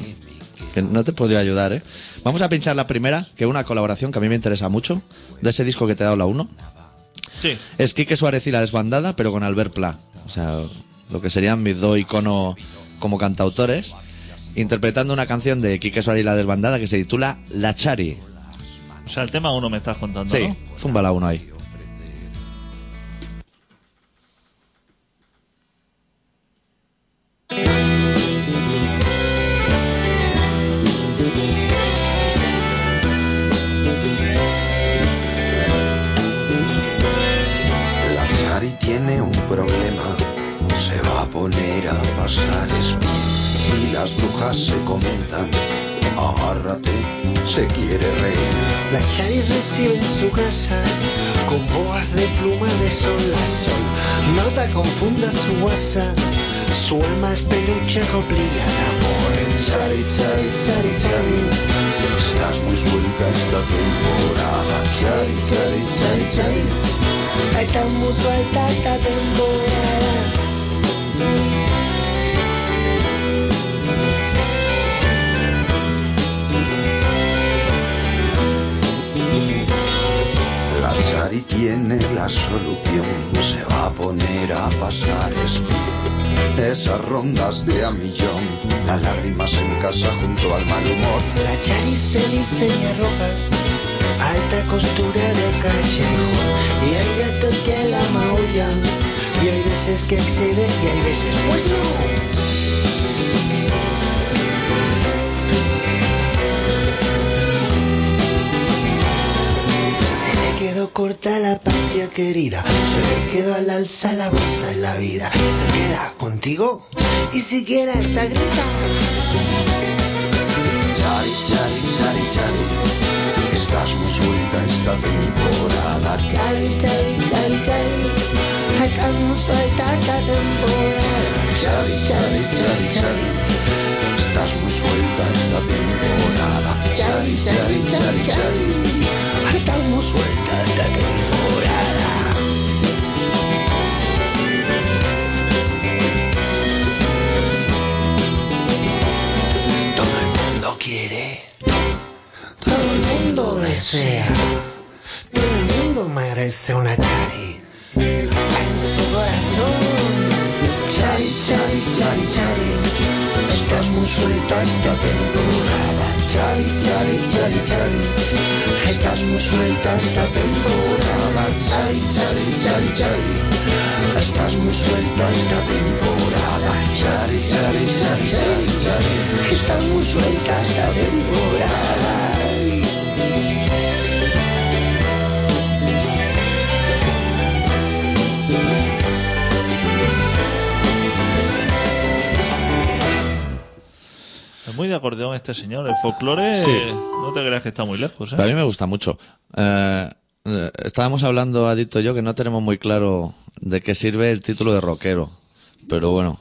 Que no te he podido ayudar, ¿eh? Vamos a pinchar la primera, que es una colaboración que a mí me interesa mucho, de ese disco que te he dado la 1.
Sí.
Es Quique Suárez y la desbandada, pero con Albert Pla. O sea, lo que serían mis dos iconos como cantautores, interpretando una canción de Quique Suárez y la desbandada que se titula La Chari.
O sea, el tema uno me estás contando,
Sí,
¿no?
zumba la 1 ahí.
La Chari tiene un problema, se va a poner a pasar. las brujas se comentan. Agárrate, se quiere reír.
Las charis reciben su casa con boas de pluma de sol a sol. No te confundas su guasa, su alma es peluche roplía de amor.
Corren, chari, chari, chari, chari. Estás muy suelta esta temporada. Chari, chari, chari, chari.
Está muy suelta esta temporada.
La Chari tiene la solución, se va a poner a pasar speed. Esas rondas de a millón, las lágrimas en casa junto al mal humor.
La charis se diseña ropa, alta costura de callejón. Y hay gatos que la maullan, y hay veces que acceden y hay veces pues no. Se le Quedó corta la patria querida, se le quedó al alza la bolsa en la vida, se queda contigo y siquiera está gritando.
Chari, chari, chari, chari. Estás muy suelta esta temporada.
Chari, chari, chari, chari. Acá nos falta esta temporada.
Chari, chari, chari, chari. Estás muy suelta esta temporada. Chari, chari, chari, chari.
Acá nos falta esta temporada. Todo el mundo quiere. Todo el mundo desea. Todo el mundo merece una chari. En su corazón.
Chari, chari, chari, chari. Estás muy suelta esta temporada. Chari, chari, chari, chari. Estás muy suelta esta temporada. Chari, chari, chari, chari. Estás muy suelta esta temporada. Chari, chari, chari, chari, chari. Estás muy suelta esta temporada.
Es muy de acordeón este señor. El folclore,
Sí.
eh, no te creas que está muy lejos,
Pero a
¿eh?
mí me gusta mucho. Eh, eh, estábamos hablando, Adicto y yo, que no tenemos muy claro de qué sirve el título de rockero. Pero bueno,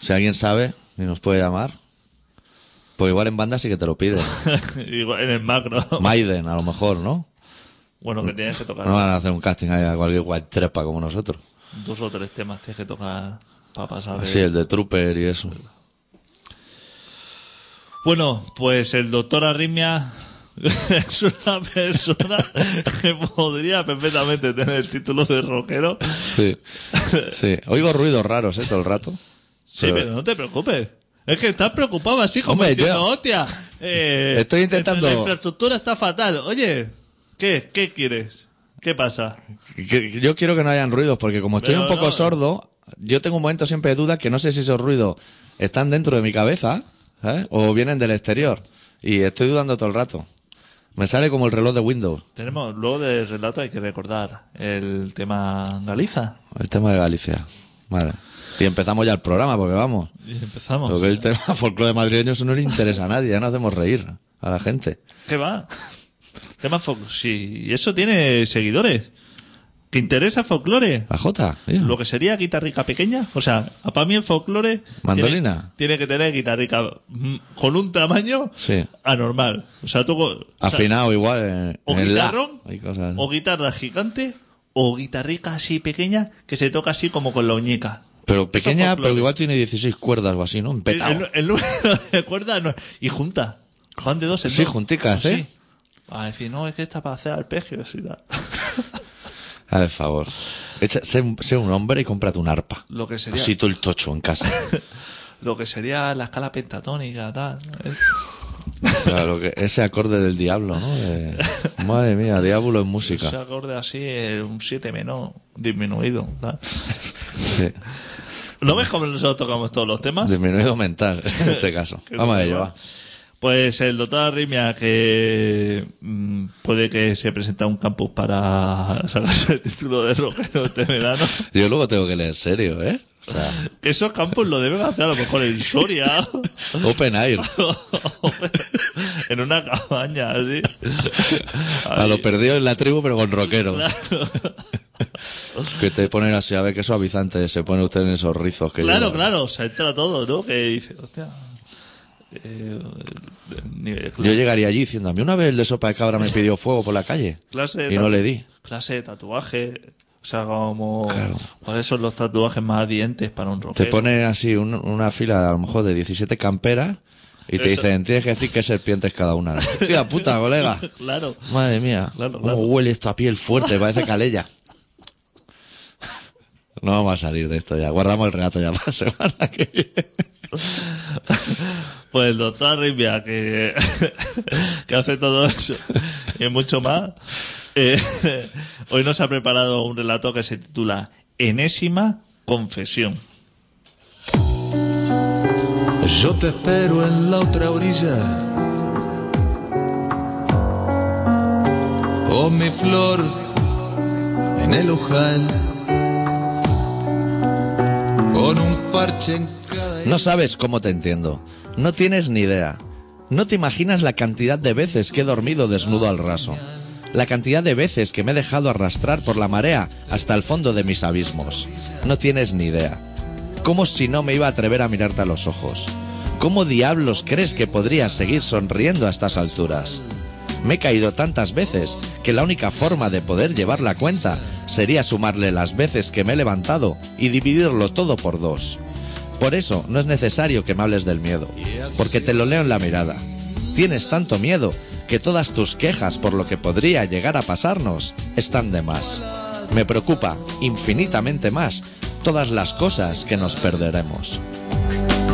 si alguien sabe y nos puede llamar, pues igual en banda sí que te lo piden.
Igual en el macro.
Maiden, a lo mejor, ¿no?
bueno, que tienes que tocar
No van a hacer un casting ahí a cualquier guaytrepa como nosotros.
dos o tres temas, tienes que tocar para pasar. de-
Así, el de Trooper y eso.
Bueno, pues el doctor Arritmia es una persona que podría perfectamente tener el título de rockero.
Sí. Sí. Oigo ruidos raros, ¿eh? Todo el rato.
Sí, pero, no te preocupes. Es que estás preocupado así, como
Hombre,
diciendo,
yo-
hostia. eh,
Estoy intentando-
La infraestructura está fatal. Oye, ¿qué, qué quieres? ¿Qué pasa?
Que- que Yo quiero que no hayan ruidos, porque como estoy
Pero
un poco
no.
sordo, yo tengo un momento siempre de duda que no sé si esos ruidos están dentro de mi cabeza ¿eh? o vienen del exterior. Y estoy dudando todo el rato. Me sale como el reloj de Windows,
Tenemos, luego del relato hay que recordar el tema Galiza.
el tema de Galicia. Vale. Y empezamos ya el programa, porque vamos.
Y empezamos.
Lo que el tema folclore madrileño eso no le interesa a nadie, ya no hacemos reír a la gente.
¿Qué va? tema folclore. Sí, y eso tiene seguidores. ¿Que interesa folclore?
La Jota, tío.
Lo que sería guitarrica pequeña. O sea, para mí el folclore.
Mandolina.
Tiene, tiene que tener guitarrica mm, con un tamaño
Sí.
anormal. O sea, tú. co- o sea,
afinado igual en,
o
en la
guitarrón,
y cosas.
o guitarra gigante, o guitarrica así pequeña que se toca así como con la uñica.
Pero
Eso Eh,
pequeña,
folclore.
pero igual tiene 16 cuerdas o así, ¿no? Un
El,
petao.
el- el número de cuerdas no- y junta. Van de dos en
Sí,
dos.
junticas,
Así.
¿eh?
A decir, no, es que está para hacer arpegios y tal.
Haz el favor. Echa- sé, un- sé un hombre y cómprate un arpa.
Lo que sería.
Así todo el tocho en casa.
Lo que sería la escala pentatónica, tal. Es-
Claro, que ese acorde del diablo, ¿no? De- madre mía, diablo en
Ese
música.
acorde así, eh, un 7 menor, disminuido. tal.
Sí.
¿Lo ves como nosotros tocamos todos los temas?
Disminuido mental, en este caso.
Que
Vamos
no
a
se
ello,
va.
va.
Pues el doctor Arrimia, que mm, puede que se presenta a un campus para sacarse el título de rockero este verano.
Yo luego tengo que leer serio, ¿eh? O sea,
Esos campos lo deben hacer a lo mejor en Soria.
open air.
en una cabaña, así.
A lo perdido en la tribu, pero con rockero.
Claro,
Que te ponen así, a ver qué suavizante se pone usted en esos rizos. Que
claro,
lleva.
claro, se entra todo, ¿no? Que dice, hostia. eh, nivel-
Yo llegaría allí diciendo, a mí una vez el de sopa de cabra me pidió fuego por la calle.
Clase de
y no
tatu-
le di.
Clase de tatuaje. O sea, como.
Claro.
¿Cuáles son los tatuajes más adientes para un rockero?
Te ponen así un- una fila, a lo mejor, de 17 camperas y te
Eso.
dicen, tienes que decir qué serpientes cada una. Hostia puta, colega.
Claro.
Madre mía.
Claro,
cómo
claro.
huele esta piel fuerte, parece calella. No vamos a salir de esto ya. Guardamos el relato ya para la semana que viene.
Pues el doctor Arritmia, que, que hace todo eso y mucho más, eh, hoy nos ha preparado un relato que se titula Enésima Confesión.
Yo te espero en la otra orilla. Oh, mi flor, en el ojal. Con un parche en cada...
No sabes cómo te entiendo. No tienes ni idea. No te imaginas la cantidad de veces que he dormido desnudo al raso. La cantidad de veces que me he dejado arrastrar por la marea hasta el fondo de mis abismos. No tienes ni idea. ¿Cómo si no me iba a atrever a mirarte a los ojos? ¿Cómo diablos crees que podrías seguir sonriendo a estas alturas? Me he caído tantas veces que la única forma de poder llevar la cuenta sería sumarle las veces que me he levantado y dividirlo todo por dos. Por eso no es necesario que me hables del miedo, porque te lo leo en la mirada. Tienes tanto miedo que todas tus quejas por lo que podría llegar a pasarnos están de más. Me preocupa infinitamente más todas las cosas que nos perderemos.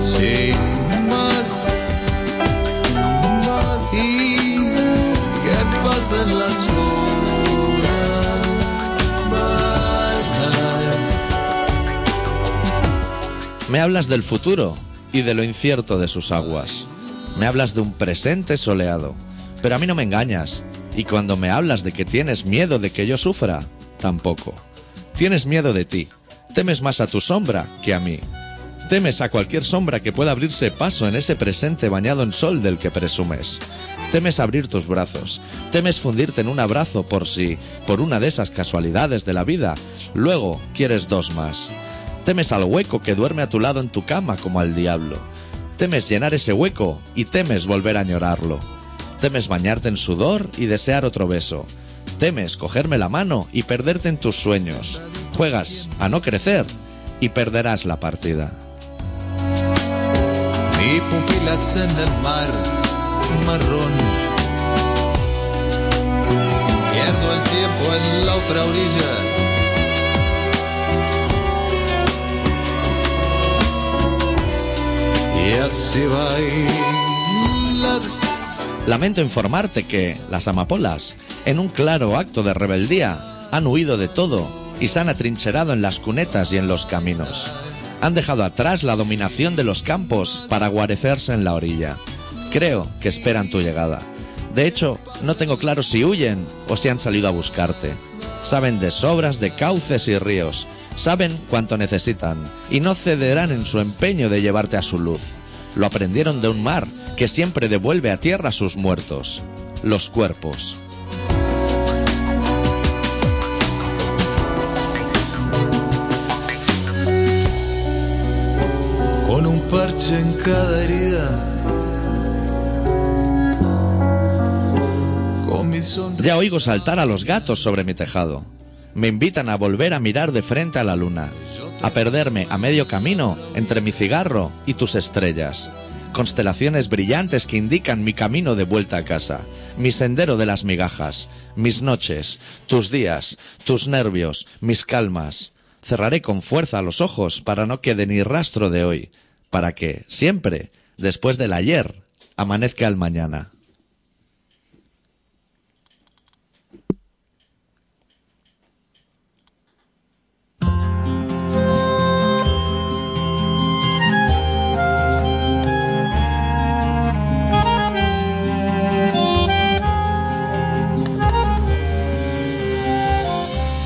Sí, más. Y que pasan las horas. Bajar.
Me hablas del futuro y de lo incierto de sus aguas. Me hablas de un presente soleado, pero a mí no me engañas. Y cuando me hablas de que tienes miedo de que yo sufra, tampoco. Tienes miedo de ti. Temes más a tu sombra que a mí. Temes a cualquier sombra que pueda abrirse paso en ese presente bañado en sol del que presumes. Temes abrir tus brazos. Temes fundirte en un abrazo por si, por una de esas casualidades de la vida, luego quieres dos más. Temes al hueco que duerme a tu lado en tu cama como al diablo. Temes llenar ese hueco y temes volver a añorarlo. Temes bañarte en sudor y desear otro beso. Temes cogerme la mano y perderte en tus sueños. Juegas a no crecer y perderás la partida.
Mi pupilas en el mar marrón. Pierdo el tiempo en la otra orilla. Y así bailar.
Lamento informarte que las amapolas, en un claro acto de rebeldía, han huido de todo y se han atrincherado en las cunetas y en los caminos. Han dejado atrás la dominación de los campos para guarecerse en la orilla. Creo que esperan tu llegada. De hecho, no tengo claro si huyen o si han salido a buscarte. Saben de sobras de cauces y ríos, saben cuánto necesitan y no cederán en su empeño de llevarte a su luz. Lo aprendieron de un mar que siempre devuelve a tierra sus muertos, los cuerpos.
con un parche en cada herida. Con mi sonrisa.
Ya oigo saltar a los gatos sobre mi tejado. Me invitan a volver a mirar de frente a la luna, a perderme a medio camino entre mi cigarro y tus estrellas. Constelaciones brillantes que indican mi camino de vuelta a casa, mi sendero de las migajas, mis noches, tus días, tus nervios, mis calmas. Cerraré con fuerza los ojos para no quede ni rastro de hoy, para que, siempre, después del ayer, amanezca el mañana.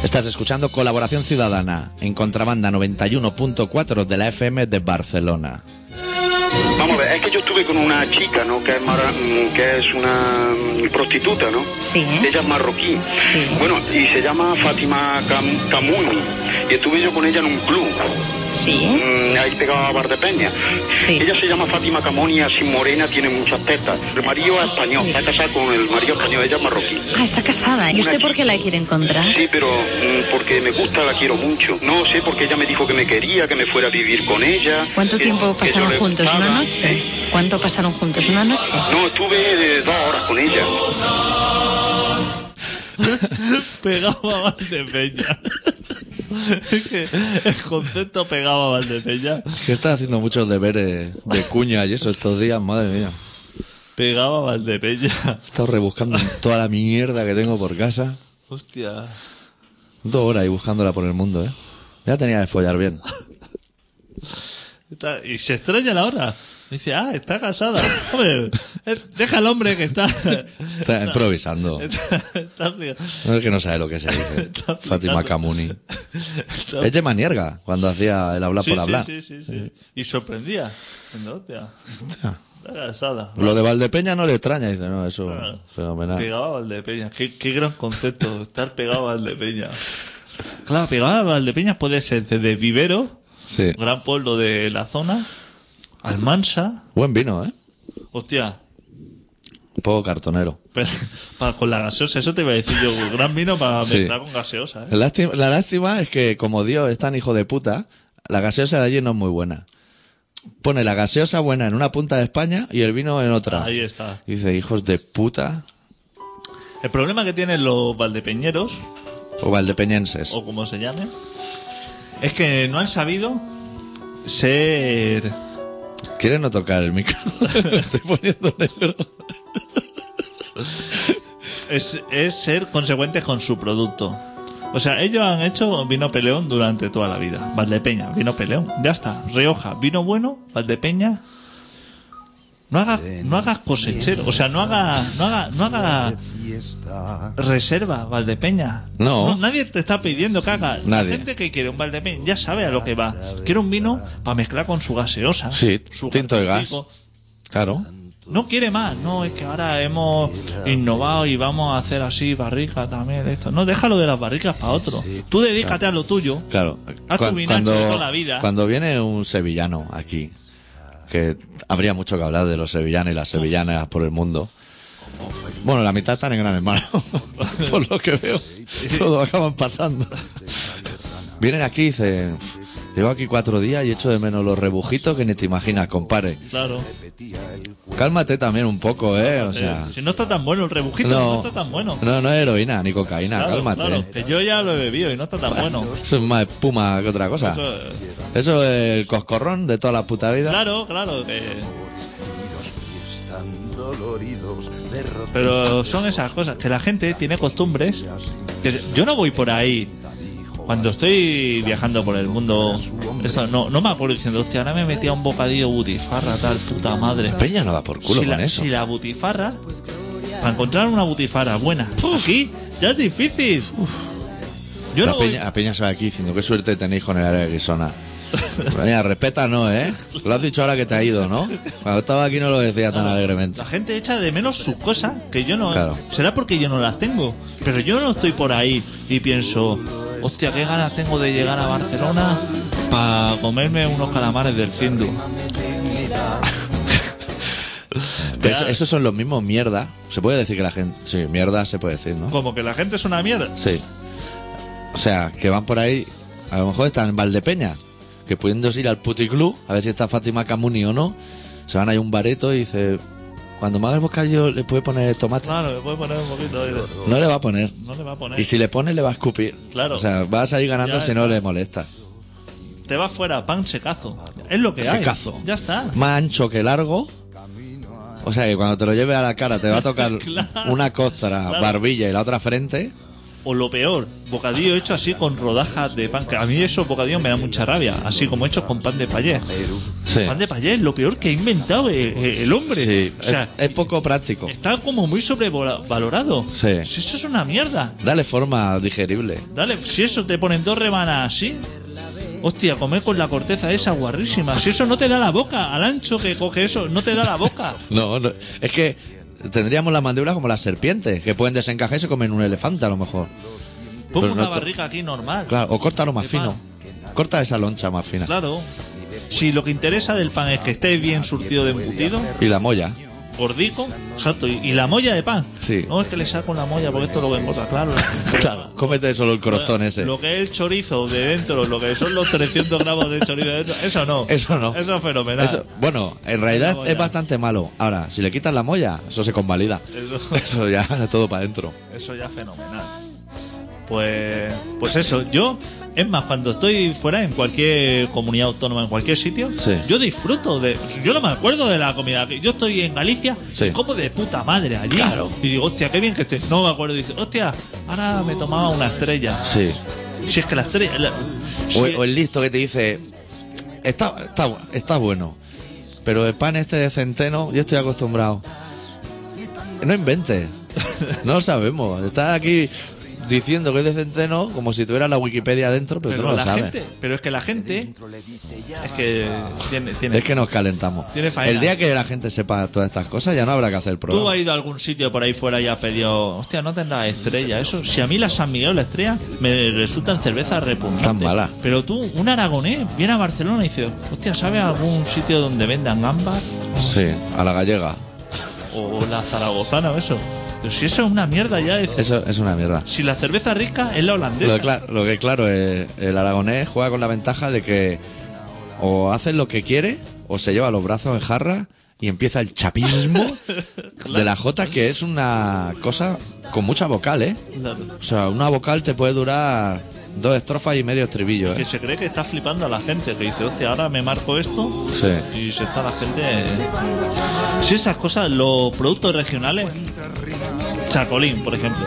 Estás escuchando Colaboración Ciudadana en Contrabanda 91.4 de la FM de Barcelona.
Vamos a ver, es que yo estuve con una chica, ¿no? Que es, mara- mm, que es una mm, prostituta, ¿no?
Sí.
Ella es marroquí. Bueno, y se llama Fátima Cam- Camuni. Y estuve yo con ella en un club.
Sí.
Mm, ahí pegaba a Bar de Peña. Ella se llama Fátima Camoni, así morena, tiene muchas tetas. El marido es español, está casada con el marido español, ella es marroquí.
Ah, está casada. ¿Y usted por qué la quiere encontrar?
Sí, pero mm, porque me gusta, la quiero mucho. No sé, porque ella me dijo que me quería, que me fuera a vivir con ella.
¿Cuánto
que-
tiempo
que yo
pasaron
le
juntos? ¿Una
gustaba.
noche? ¿Cuánto pasaron juntos? ¿Una noche?
No, estuve eh, dos horas con ella.
Pegaba a Valdepeña. Es que el concepto pegaba a Valdepeña.
Es que estás haciendo muchos deberes de cuña y eso estos días, madre mía.
Pegaba a Valdepeña.
He estado rebuscando toda la mierda que tengo por casa.
Hostia.
Dos horas ahí buscándola por el mundo, ¿eh? Ya tenía que follar bien.
Está- y se extraña la hora. Dice, ah, está casada. Hombre, eh, deja al hombre que está.
Está improvisando.
Está, está fri-
No es que no sabe lo que se dice.
Está
Fátima
flipando.
Camuni.
está-
Es de manierga cuando hacía el hablar
sí,
por
sí,
hablar.
sí, sí, sí. Y sorprendía. Diciendo, hostia, está casada.
Lo de Valdepeña no le extraña, dice, no, eso
Ah.
fenomenal.
Pegaba a Valdepeña. Qué, qué gran concepto, estar pegado a Valdepeña. Claro, pegado a Valdepeña puede ser desde Vivero,
Sí.
gran pueblo de la zona, Almansa,
Buen vino, ¿eh?
hostia,
Un poco cartonero.
pero- para, con la gaseosa, eso te iba a decir yo, gran vino para
Sí.
mezclar con gaseosa, ¿eh?
La lástima, la lástima es que, como Dios es tan hijo de puta, la gaseosa de allí no es muy buena. Pone la gaseosa buena en una punta de España y el vino en otra.
Ahí está.
Y dice, hijos de puta
El problema que tienen los valdepeñeros,
o valdepeñenses.
o como se llamen, es que no han sabido ser...
¿Quieres no tocar el micro? Me Estoy poniendo negro.
es, es ser consecuentes con su producto. O sea, ellos han hecho vino peleón durante toda la vida. Valdepeña, vino peleón. Ya está. Rioja, vino bueno, Valdepeña. No hagas, no hagas cosechero. O sea, no hagas no haga, no haga reserva, Valdepeña.
No.
Nadie te está pidiendo que haga.
Nadie.
La gente que quiere un Valdepeña ya sabe a lo que va. Quiere un vino para mezclar con su gaseosa.
Sí,
su
tinto de gas.
gaseotico.
Claro.
No quiere más, no, es que ahora hemos innovado y vamos a hacer así barricas también, esto. No, déjalo de las barricas para otro. Tú dedícate a lo tuyo.
Claro.
Haz tu
Cu-
vinacho de toda la vida.
cuando viene un sevillano aquí, que habría mucho que hablar de los sevillanos y las sevillanas por el mundo. Bueno, la mitad están en Gran Hermano, por lo que veo. Todos acaban pasando. Vienen aquí y dicen, llevo aquí cuatro días y echo de menos los rebujitos que ni te imaginas, compadre.
Claro.
Cálmate también un poco, ¿eh? O sea,
Eh, si no está tan bueno el rebujito, no,
no,
está tan bueno.
no, no es heroína ni cocaína,
claro,
cálmate.
claro, que yo ya lo he bebido y no está tan bueno.
Eso es más espuma que otra cosa.
Eso, eh,
Eso es el coscorrón de toda la puta vida.
claro, claro. eh. que-
eh.
Pero son esas cosas, que la gente tiene costumbres. que se- yo no voy por ahí. Cuando estoy viajando por el mundo, eso, no, no me acuerdo diciendo, hostia, ahora me metía un bocadillo butifarra, tal puta madre.
Peña no da por culo
si
con
la,
eso.
si la butifarra, para encontrar una butifarra buena, aquí ya es difícil. Yo
La
no voy-
peña, la peña sale aquí diciendo qué suerte tenéis con el área de Guisona. Peña, respeta no, ¿eh? Lo has dicho ahora que te ha ido, ¿no? Cuando estaba aquí no lo decía tan alegremente.
La gente echa de menos sus cosas que yo no. ¿eh?
Claro.
Será porque yo no las tengo. Pero yo no estoy por ahí y pienso, hostia, qué ganas tengo de llegar a Barcelona para comerme unos calamares del Findu.
Pero eso- esos son los mismos mierda. Se puede decir que la gente... Sí, mierda se puede decir, ¿no?
Como que la gente es una mierda.
Sí. O sea, que van por ahí... A lo mejor están en Valdepeña. Que pudiéndose ir al puticlub, a ver si está Fátima Camuni o no, se van ahí a un bareto y dice... Cuando me haga el bocadillo le puede poner tomate.
Claro, le puede poner un poquito. ahí de-
No le va a poner.
No le va a poner.
Y si le pones, le va a escupir.
Claro.
O sea, vas a ir ganando
Ya
si no le molesta.
Te vas fuera, pan secazo. Es lo que hay.
Secazo.
Ya está.
Más ancho que largo. O sea, que cuando te lo lleves a la cara te va a tocar
Claro.
una costra,
Claro.
barbilla y la otra frente.
O lo peor, bocadillo hecho así con rodajas de pan. Que a mí esos bocadillos me da mucha rabia. Así como hechos con pan de payés.
Sí.
Pan de payés es lo peor que ha inventado eh, eh, el hombre.
Sí,
O sea,
es, es poco práctico.
está como muy sobrevalorado.
Sí.
Si eso es una mierda.
Dale forma digerible.
Dale, si eso te ponen dos rebanas así. Hostia, comer con la corteza esa guarrísima. Si eso no te da la boca, al ancho que coge eso, no te da la boca.
No, no, es que tendríamos las mandíbulas como las serpientes, que pueden desencajar y se comen un elefante a lo mejor.
Pongo
Pero
una
no to-
barriga aquí normal.
Claro, o córtalo más
De
fino. Corta esa loncha más fina.
Claro. Si lo que interesa del pan es que esté bien surtido de embutido,
Y la molla.
gordico, exacto, y, y la molla de pan.
Sí.
No es que le saco la molla porque esto lo vengo a claro.
Claro, cómete solo el crostón ese.
Lo que es el chorizo de dentro, lo que son los 300 gramos de chorizo de dentro, eso no.
Eso no.
Eso es fenomenal.
Eso- bueno, en
La
realidad
molla.
es bastante malo. Ahora, si le quitas la molla, eso se convalida.
Eso-
Eso ya, todo para adentro.
Eso ya es fenomenal. Pues, pues eso, yo, es más, cuando estoy fuera en cualquier comunidad autónoma, en cualquier sitio,
Sí.
yo disfruto de. Yo no me acuerdo de la comida. que Yo estoy en Galicia,
Sí.
como de puta madre allí. Y digo, hostia, qué bien que esté. No me acuerdo. Y dice, hostia, ahora me tomaba una estrella.
Sí.
Si es que la estrella. la- si-
O, o el listo que te dice, está, está, bu- está bueno, pero el pan este de centeno, yo estoy acostumbrado. No inventes, no lo sabemos. Estás aquí diciendo que es de centeno como si tuviera la Wikipedia adentro, pero,
pero,
tú no lo
la
sabes.
gente, pero es que la gente. Es que tiene. tiene-
Es que nos calentamos.
Tiene faena.
El día que la gente sepa todas estas cosas ya no habrá que hacer el
¿Tú
programa.
has ido a algún sitio por ahí fuera y has pedido, hostia, no tendrás estrella? Eso, si a mí la San Miguel o la estrella me resultan cervezas repugnantes.
Tan mala.
Pero tú, un aragonés, viene a Barcelona y dice, hostia, ¿sabes algún sitio donde vendan gambas?
Sí, a la gallega.
O la zaragozana o eso. Pero si eso es una mierda ya, es-
Eso es una mierda.
si la cerveza rica es la
Lo,
holandesa.
de cla- lo que claro, eh, el aragonés juega con la ventaja de que o hace lo que quiere o se lleva los brazos en jarra y empieza el chapismo de la jota que es una cosa con mucha vocal, ¿eh?
La-
O sea, una vocal te puede durar dos estrofas y medio estribillo,
que
¿eh?
se cree que está flipando a la gente, que dice, hostia, ahora me marco esto
Sí.
y se está la gente... eh. Si esas cosas, los productos regionales, Chacolín, por ejemplo.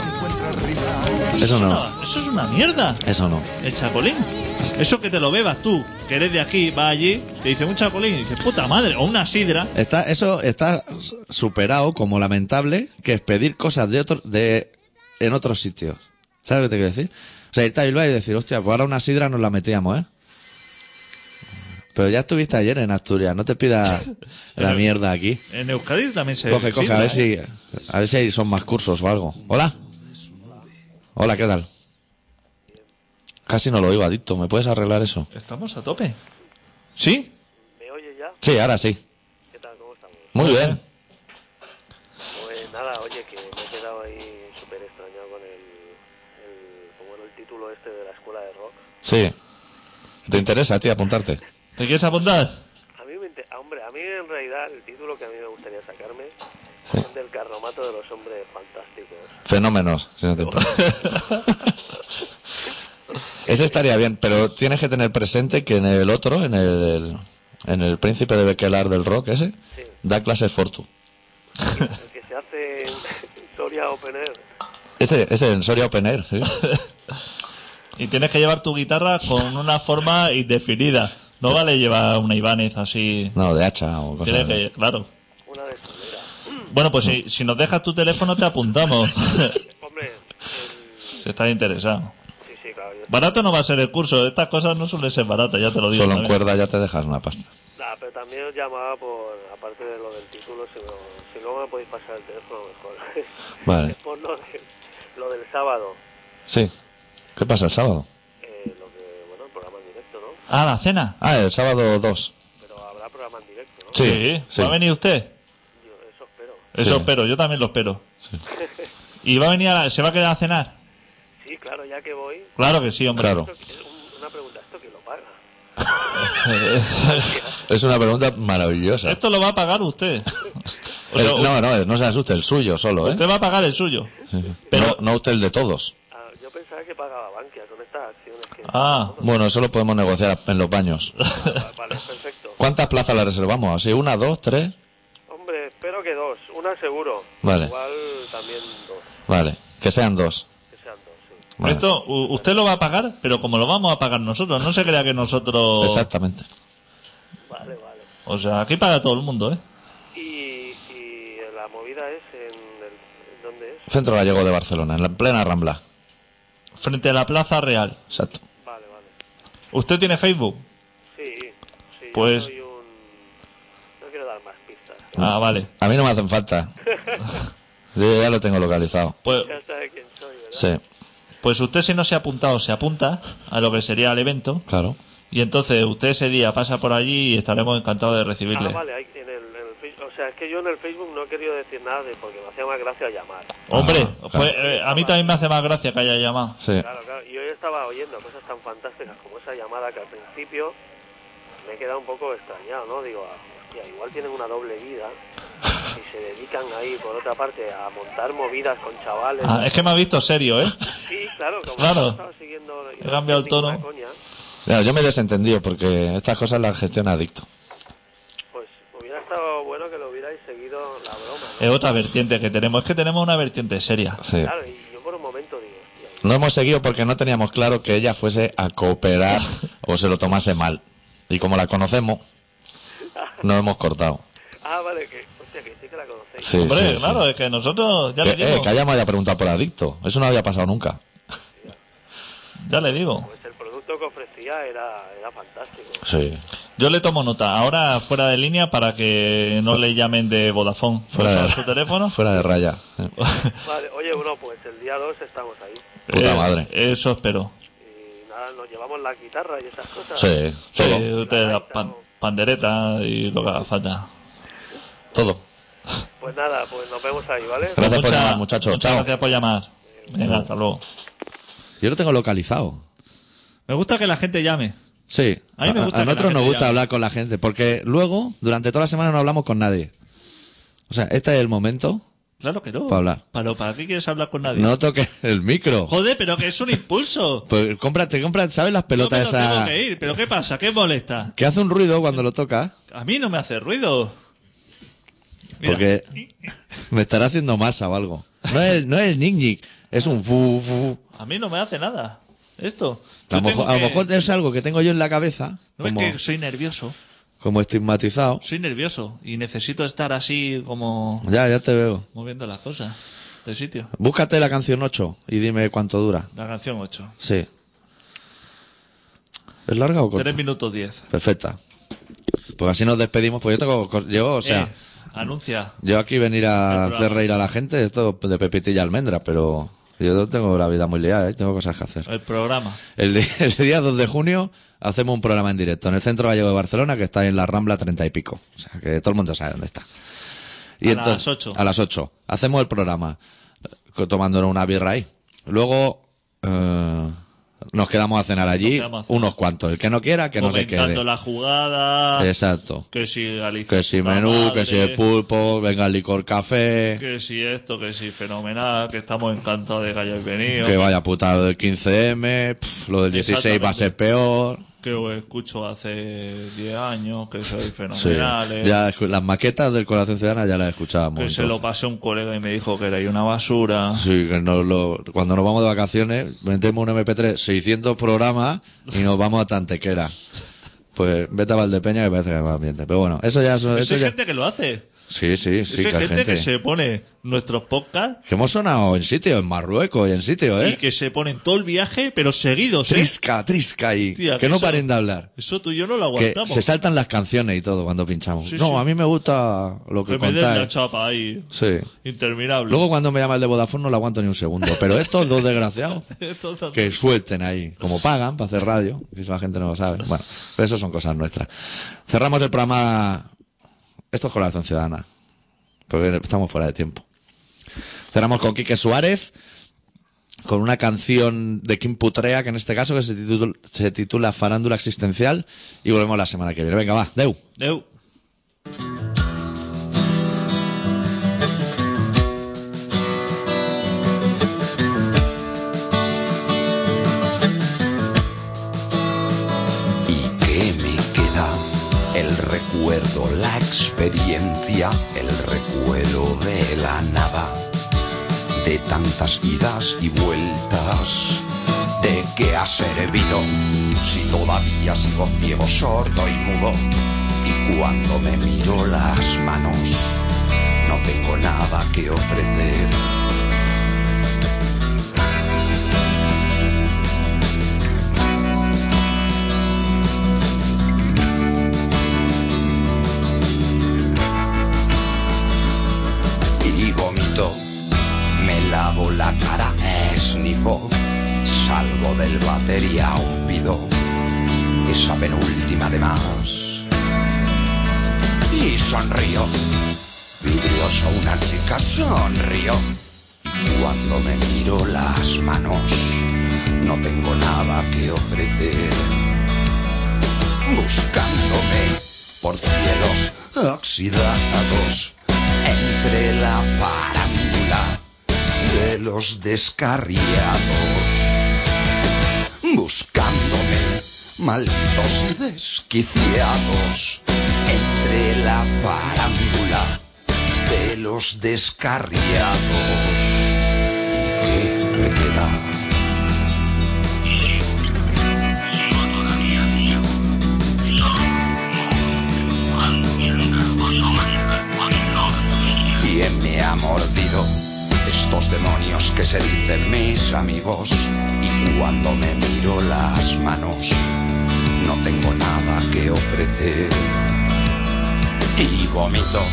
Eso no,
una- eso es una mierda.
eso no.
El chacolín. Eso que te lo bebas tú, que eres de aquí, vas allí, te dice un chacolín y dices, puta madre, o una sidra.
Está, eso está superado como lamentable que es pedir cosas de otro, de, en otros sitios. ¿Sabes lo que te quiero decir? O sea, irte a Bilbao y decir, hostia, pues ahora una sidra nos la metíamos, ¿eh? Pero ya estuviste ayer en Asturias, no te pidas la mierda aquí.
En Euskadi también se
Coge, coge,
sidra,
a ver
¿eh?
si, a ver si ahí son más cursos o algo. Hola. Hola, ¿qué tal? Casi no lo oigo, adicto. ¿Me puedes arreglar eso?
¿eh? Estamos a tope. ¿Sí?
¿Me oye ya?
Sí, ahora sí.
¿Qué tal? ¿Cómo estamos?
Muy bien.
Pues nada, oye, que me he quedado ahí súper extrañado con el, el, como era el título este de la escuela de rock.
Sí. ¿Te interesa a ti apuntarte?
¿Te quieres apuntar?
A mí, me inte- ah, hombre, a mí en realidad el título que a mí me gustaría sacarme
Sí.
es del carromato de los hombres fantásticos.
Fenómenos, si no te importa. Ese estaría bien, pero tienes que tener presente que en el otro, en el, en el príncipe de Bequelar del rock ese, da clases Fortu.
El que se hace en Soria Open Air.
Ese, ese en Soria Open Air, ¿sí?
Y tienes que llevar tu guitarra con una forma indefinida. No vale llevar una Ibanez así.
No, de hacha o cosas
Tienes
así.
que, claro. Bueno, pues si, si nos dejas tu teléfono te apuntamos.
Hombre,
si estás interesado.
sí, sí, claro. yo-
Barato no va a ser el curso. Estas cosas no suelen ser baratas, ya te lo digo.
Solo en
también.
cuerda ya te dejas una pasta.
Nah, pero también os llamaba por, aparte de lo del título, si, no, si luego me podéis pasar el teléfono mejor.
Vale.
Es por lo, de- lo del sábado,
Sí. ¿Qué pasa el sábado?
eh, lo que, bueno, el programa en directo, ¿no?
Ah, la cena.
Ah, el sábado 2.
Pero habrá programa en directo, ¿no?
Sí, sí.
¿Va a venir usted?
Yo eso espero.
Eso
Sí.
espero, yo también lo espero. ¿Y va a venir a la- se va a quedar a cenar?
Sí, claro, ya que voy.
Claro que sí, hombre.
Claro.
Esto- es un- una pregunta, ¿esto quién lo paga?
Es una pregunta maravillosa.
Esto lo va a pagar usted. Eh, O sea,
El- no, no, no se asuste, el suyo solo, ¿eh?
Usted va a pagar el suyo. Pero,
No, no usted el de todos.
Ah, yo pensaba que pagaba Bankia con estas acciones que...
Ah,
Bueno, eso lo podemos negociar en los baños.
Ah, Vale, perfecto.
¿Cuántas plazas las reservamos? ¿Así? ¿Una, dos, tres?
Hombre, espero que dos. Una seguro.
Vale.
Igual también dos,
Vale, que sean dos.
que sean dos, sí.
Vale.
Esto u- usted lo va a pagar, pero como lo vamos a pagar nosotros, no se crea que nosotros.
Exactamente.
Vale, vale.
O sea, aquí paga todo el mundo, ¿eh?
Y, y la movida es en el... ¿en ¿Dónde es?
Centro Gallego de Barcelona, en la plena Rambla.
Frente a la Plaza Real.
Exacto.
Vale, vale.
¿Usted tiene Facebook?
Sí, sí.
Pues-
Yo soy un... No quiero dar más pistas.
Ah, vale.
A mí no me hacen falta. Yo ya lo tengo localizado.
Pues,
Ya sabe quién soy, ¿verdad?
Sí,
pues usted si no se ha apuntado, se apunta a lo que sería el evento.
claro.
Y entonces usted ese día pasa por allí y estaremos encantados de
Ah,
recibirle.
vale, hay- en el, en el Face- o sea, es que yo en el Facebook no he querido decir nada de porque me hacía más gracia llamar.
Hombre,
Ah, claro.
pues eh, a mí también me hace más gracia que haya llamado.
Sí.
Claro, claro, y hoy estaba oyendo cosas tan fantásticas como esa llamada que al principio me he quedado un poco extrañado, ¿no? Digo, ah, hostia, igual tienen una doble vida y se dedican ahí, por otra parte, a montar movidas con chavales.
Ah, es que me ha visto serio, ¿eh?
Sí, claro, como
Claro.
yo estaba siguiendo... y
He
no
cambiado el
hacía ninguna
tono.
coña,
Claro, yo me he desentendido porque estas cosas las gestiona adicto.
pues hubiera estado bueno que lo hubierais seguido la broma, ¿no?
Es otra vertiente que tenemos. Es que tenemos una vertiente seria.
Sí.
Claro, y yo por un momento digo, hostia,
No hemos seguido porque no teníamos claro que ella fuese a cooperar o se lo tomase mal. Y como la conocemos, no hemos cortado.
ah, vale, que, hostia, que sí que la conocéis.
Sí,
Hombre,
sí, sí.
claro, es que nosotros ya
Que,
le digo.
eh, que ella me haya preguntado por adicto. Eso no había pasado nunca.
Ya le digo.
Pues el producto que ofrecía era, era fantástico.
Sí.
Yo le tomo nota. Ahora fuera de línea para que no le llamen de Vodafone.
Fuera
Usa
de-
su teléfono.
Fuera de raya. Eh,
Vale, oye, bueno, pues el día 2 estamos ahí.
Puta
Eh,
madre.
Eso espero.
Y nada, nos llevamos la guitarra y esas cosas.
Sí,
Sí,
todo.
usted la pan- pandereta y lo que haga falta.
Todo.
Pues nada, pues nos vemos ahí, ¿vale?
Gracias por
Muchas-
llamar, muchachos.
Muchas
Chao.
gracias por llamar. Venga, hasta luego.
Yo lo tengo localizado.
Me gusta que la gente llame.
Sí.
A mí me gusta que la
nosotros nos
gente
gusta
llame.
hablar con la gente porque luego, durante toda la semana, no hablamos con nadie. O sea, este es el momento.
Claro que no.
Para hablar.
Pero, ¿para qué quieres hablar con nadie?
No toques el micro.
Joder, pero que es un impulso.
Pues cómprate, cómprate, ¿sabes las pelotas
Yo me lo
esas?
tengo que ir, pero ¿qué pasa? ¿Qué molesta?
Que hace un ruido cuando lo toca.
A mí no me hace ruido. Mira.
Porque me estará haciendo masa o algo. No es, no es el nick es un fu, fu.
A mí no me hace nada. Esto.
A lo,
Yo tengo
mejor, a lo
que-
mejor es algo que tengo yo en la cabeza,
No
como,
es que soy nervioso.
como estigmatizado.
Soy nervioso. Y necesito estar así como
Ya, ya te veo.
moviendo las cosas de sitio.
Búscate la canción 8 y dime cuánto dura.
La canción 8.
Sí. ¿Es larga o
3
corta?
minutos 10.
Perfecta. Pues así nos despedimos. Pues yo tengo. cos- Yo, o sea,
Eh, anuncia.
yo aquí venir a
el programa.
hacer reír a la gente, esto de Pepita y Almendra, pero yo tengo la vida muy liada, ¿eh? tengo cosas que hacer.
El programa.
El, di- el día 2 de junio hacemos un programa en directo en el Centro Gallego de Barcelona, que está en la Rambla 30 y pico. O sea, que todo el mundo sabe dónde está.
A las ocho.
A las 8. Hacemos el programa co- tomándonos una birra ahí. Luego eh, nos quedamos a cenar allí
quedamos a cenar.
unos cuantos. El que no quiera, que no se
Comentando
quede.
la jugada.
Exacto.
Que si Galicia.
Que si
puta
menú,
madre,
que si el pulpo, venga el licor café,
Que si esto, que si fenomenal. Que estamos encantados de que hayáis venido.
que vaya puta lo del 15M, pf, lo del 16 va a ser peor.
que os escucho hace 10 años, que sois
Sí.
fenomenales.
Ya, escu- las maquetas del Corazón Ciudadana ya las escuchábamos.
eh. que Pues se
entonces.
lo pasé a un colega y me dijo que erais una basura.
Sí, que nos lo, cuando nos vamos de vacaciones, metemos un MP3, 600 programas y nos vamos a Tantequera. Pues vete a Valdepeña que parece que hay más ambiente. Pero bueno, eso ya... Eso,
Eso
eso
hay
ya
gente que lo hace.
sí, sí, sí,
Eso
que
hay
hay
gente,
gente.
que se pone nuestros podcasts
Que hemos sonado en sitio, en Marruecos y en sitio,
y
¿eh?
que se ponen todo el viaje, pero seguidos, ¿eh?
Trisca, trisca y
Tía,
que no
eso-
paren de hablar.
Eso tú y yo no lo
Que
aguantamos.
se saltan las canciones y todo cuando pinchamos.
Sí,
no,
sí.
a mí me gusta lo que,
que me den la
contáis.
chapa ahí,
Sí.
interminable.
Luego cuando me llama el de Vodafone no lo aguanto ni un segundo. Pero estos dos desgraciados
Entonces,
que suelten ahí, como pagan para hacer radio, que eso la gente no lo sabe. Bueno, pero eso son cosas nuestras. Cerramos el programa. Esto es Corazón Ciudadana, porque estamos fuera de tiempo. Cerramos con Quique Suárez, con una canción de Kim Putrea, que en este caso que se titula, se titula Farándula Existencial, y volvemos la semana que viene. Venga, va, Deu.
Deu.
¿Y qué me queda? El recuerdo, la experiencia, el recuerdo de la nada, de tan
tantas idas y vueltas. ¿De qué ha servido si todavía sigo ciego, sordo y mudo? Y cuando me miro las manos, no tengo nada que ofrecer. y vomito. Me lavo la cara, esnifo, salgo del batería, aún pido esa penúltima de más. Y sonrío, vidrioso una chica, sonrío. Y Cuando me miro las manos, no tengo nada que ofrecer. Buscándome por cielos oxidados entre la farándula de los descarriados. Buscándome, malditos y desquiciados, entre la farándula de los descarriados. ¿Y qué me queda? ¿Quién me ha mordido? Estos demonios que se dicen mis amigos. Y cuando me miro las manos, no tengo nada que ofrecer. Y vomito,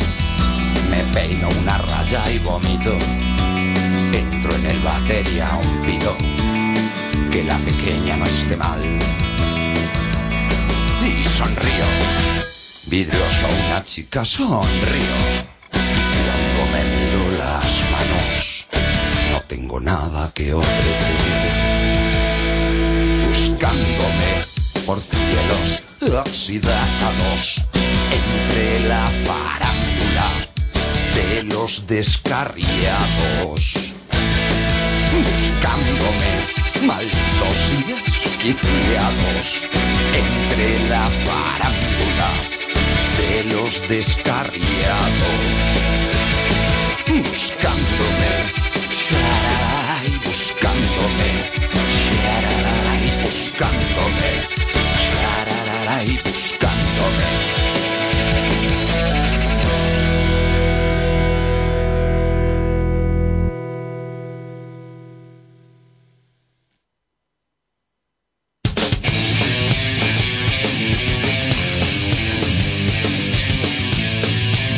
me peino una raya y vomito. Entro en el batería, aún pido que la pequeña no esté mal. Y sonrío, vidrioso una chica, sonrío. Cuando me miro las manos, no tengo nada que ofrecer. Buscándome por cielos oxidados, entre la parábola de los descarriados. Buscándome, malditos y desquiciados, entre la parábola de los descarriados buscándome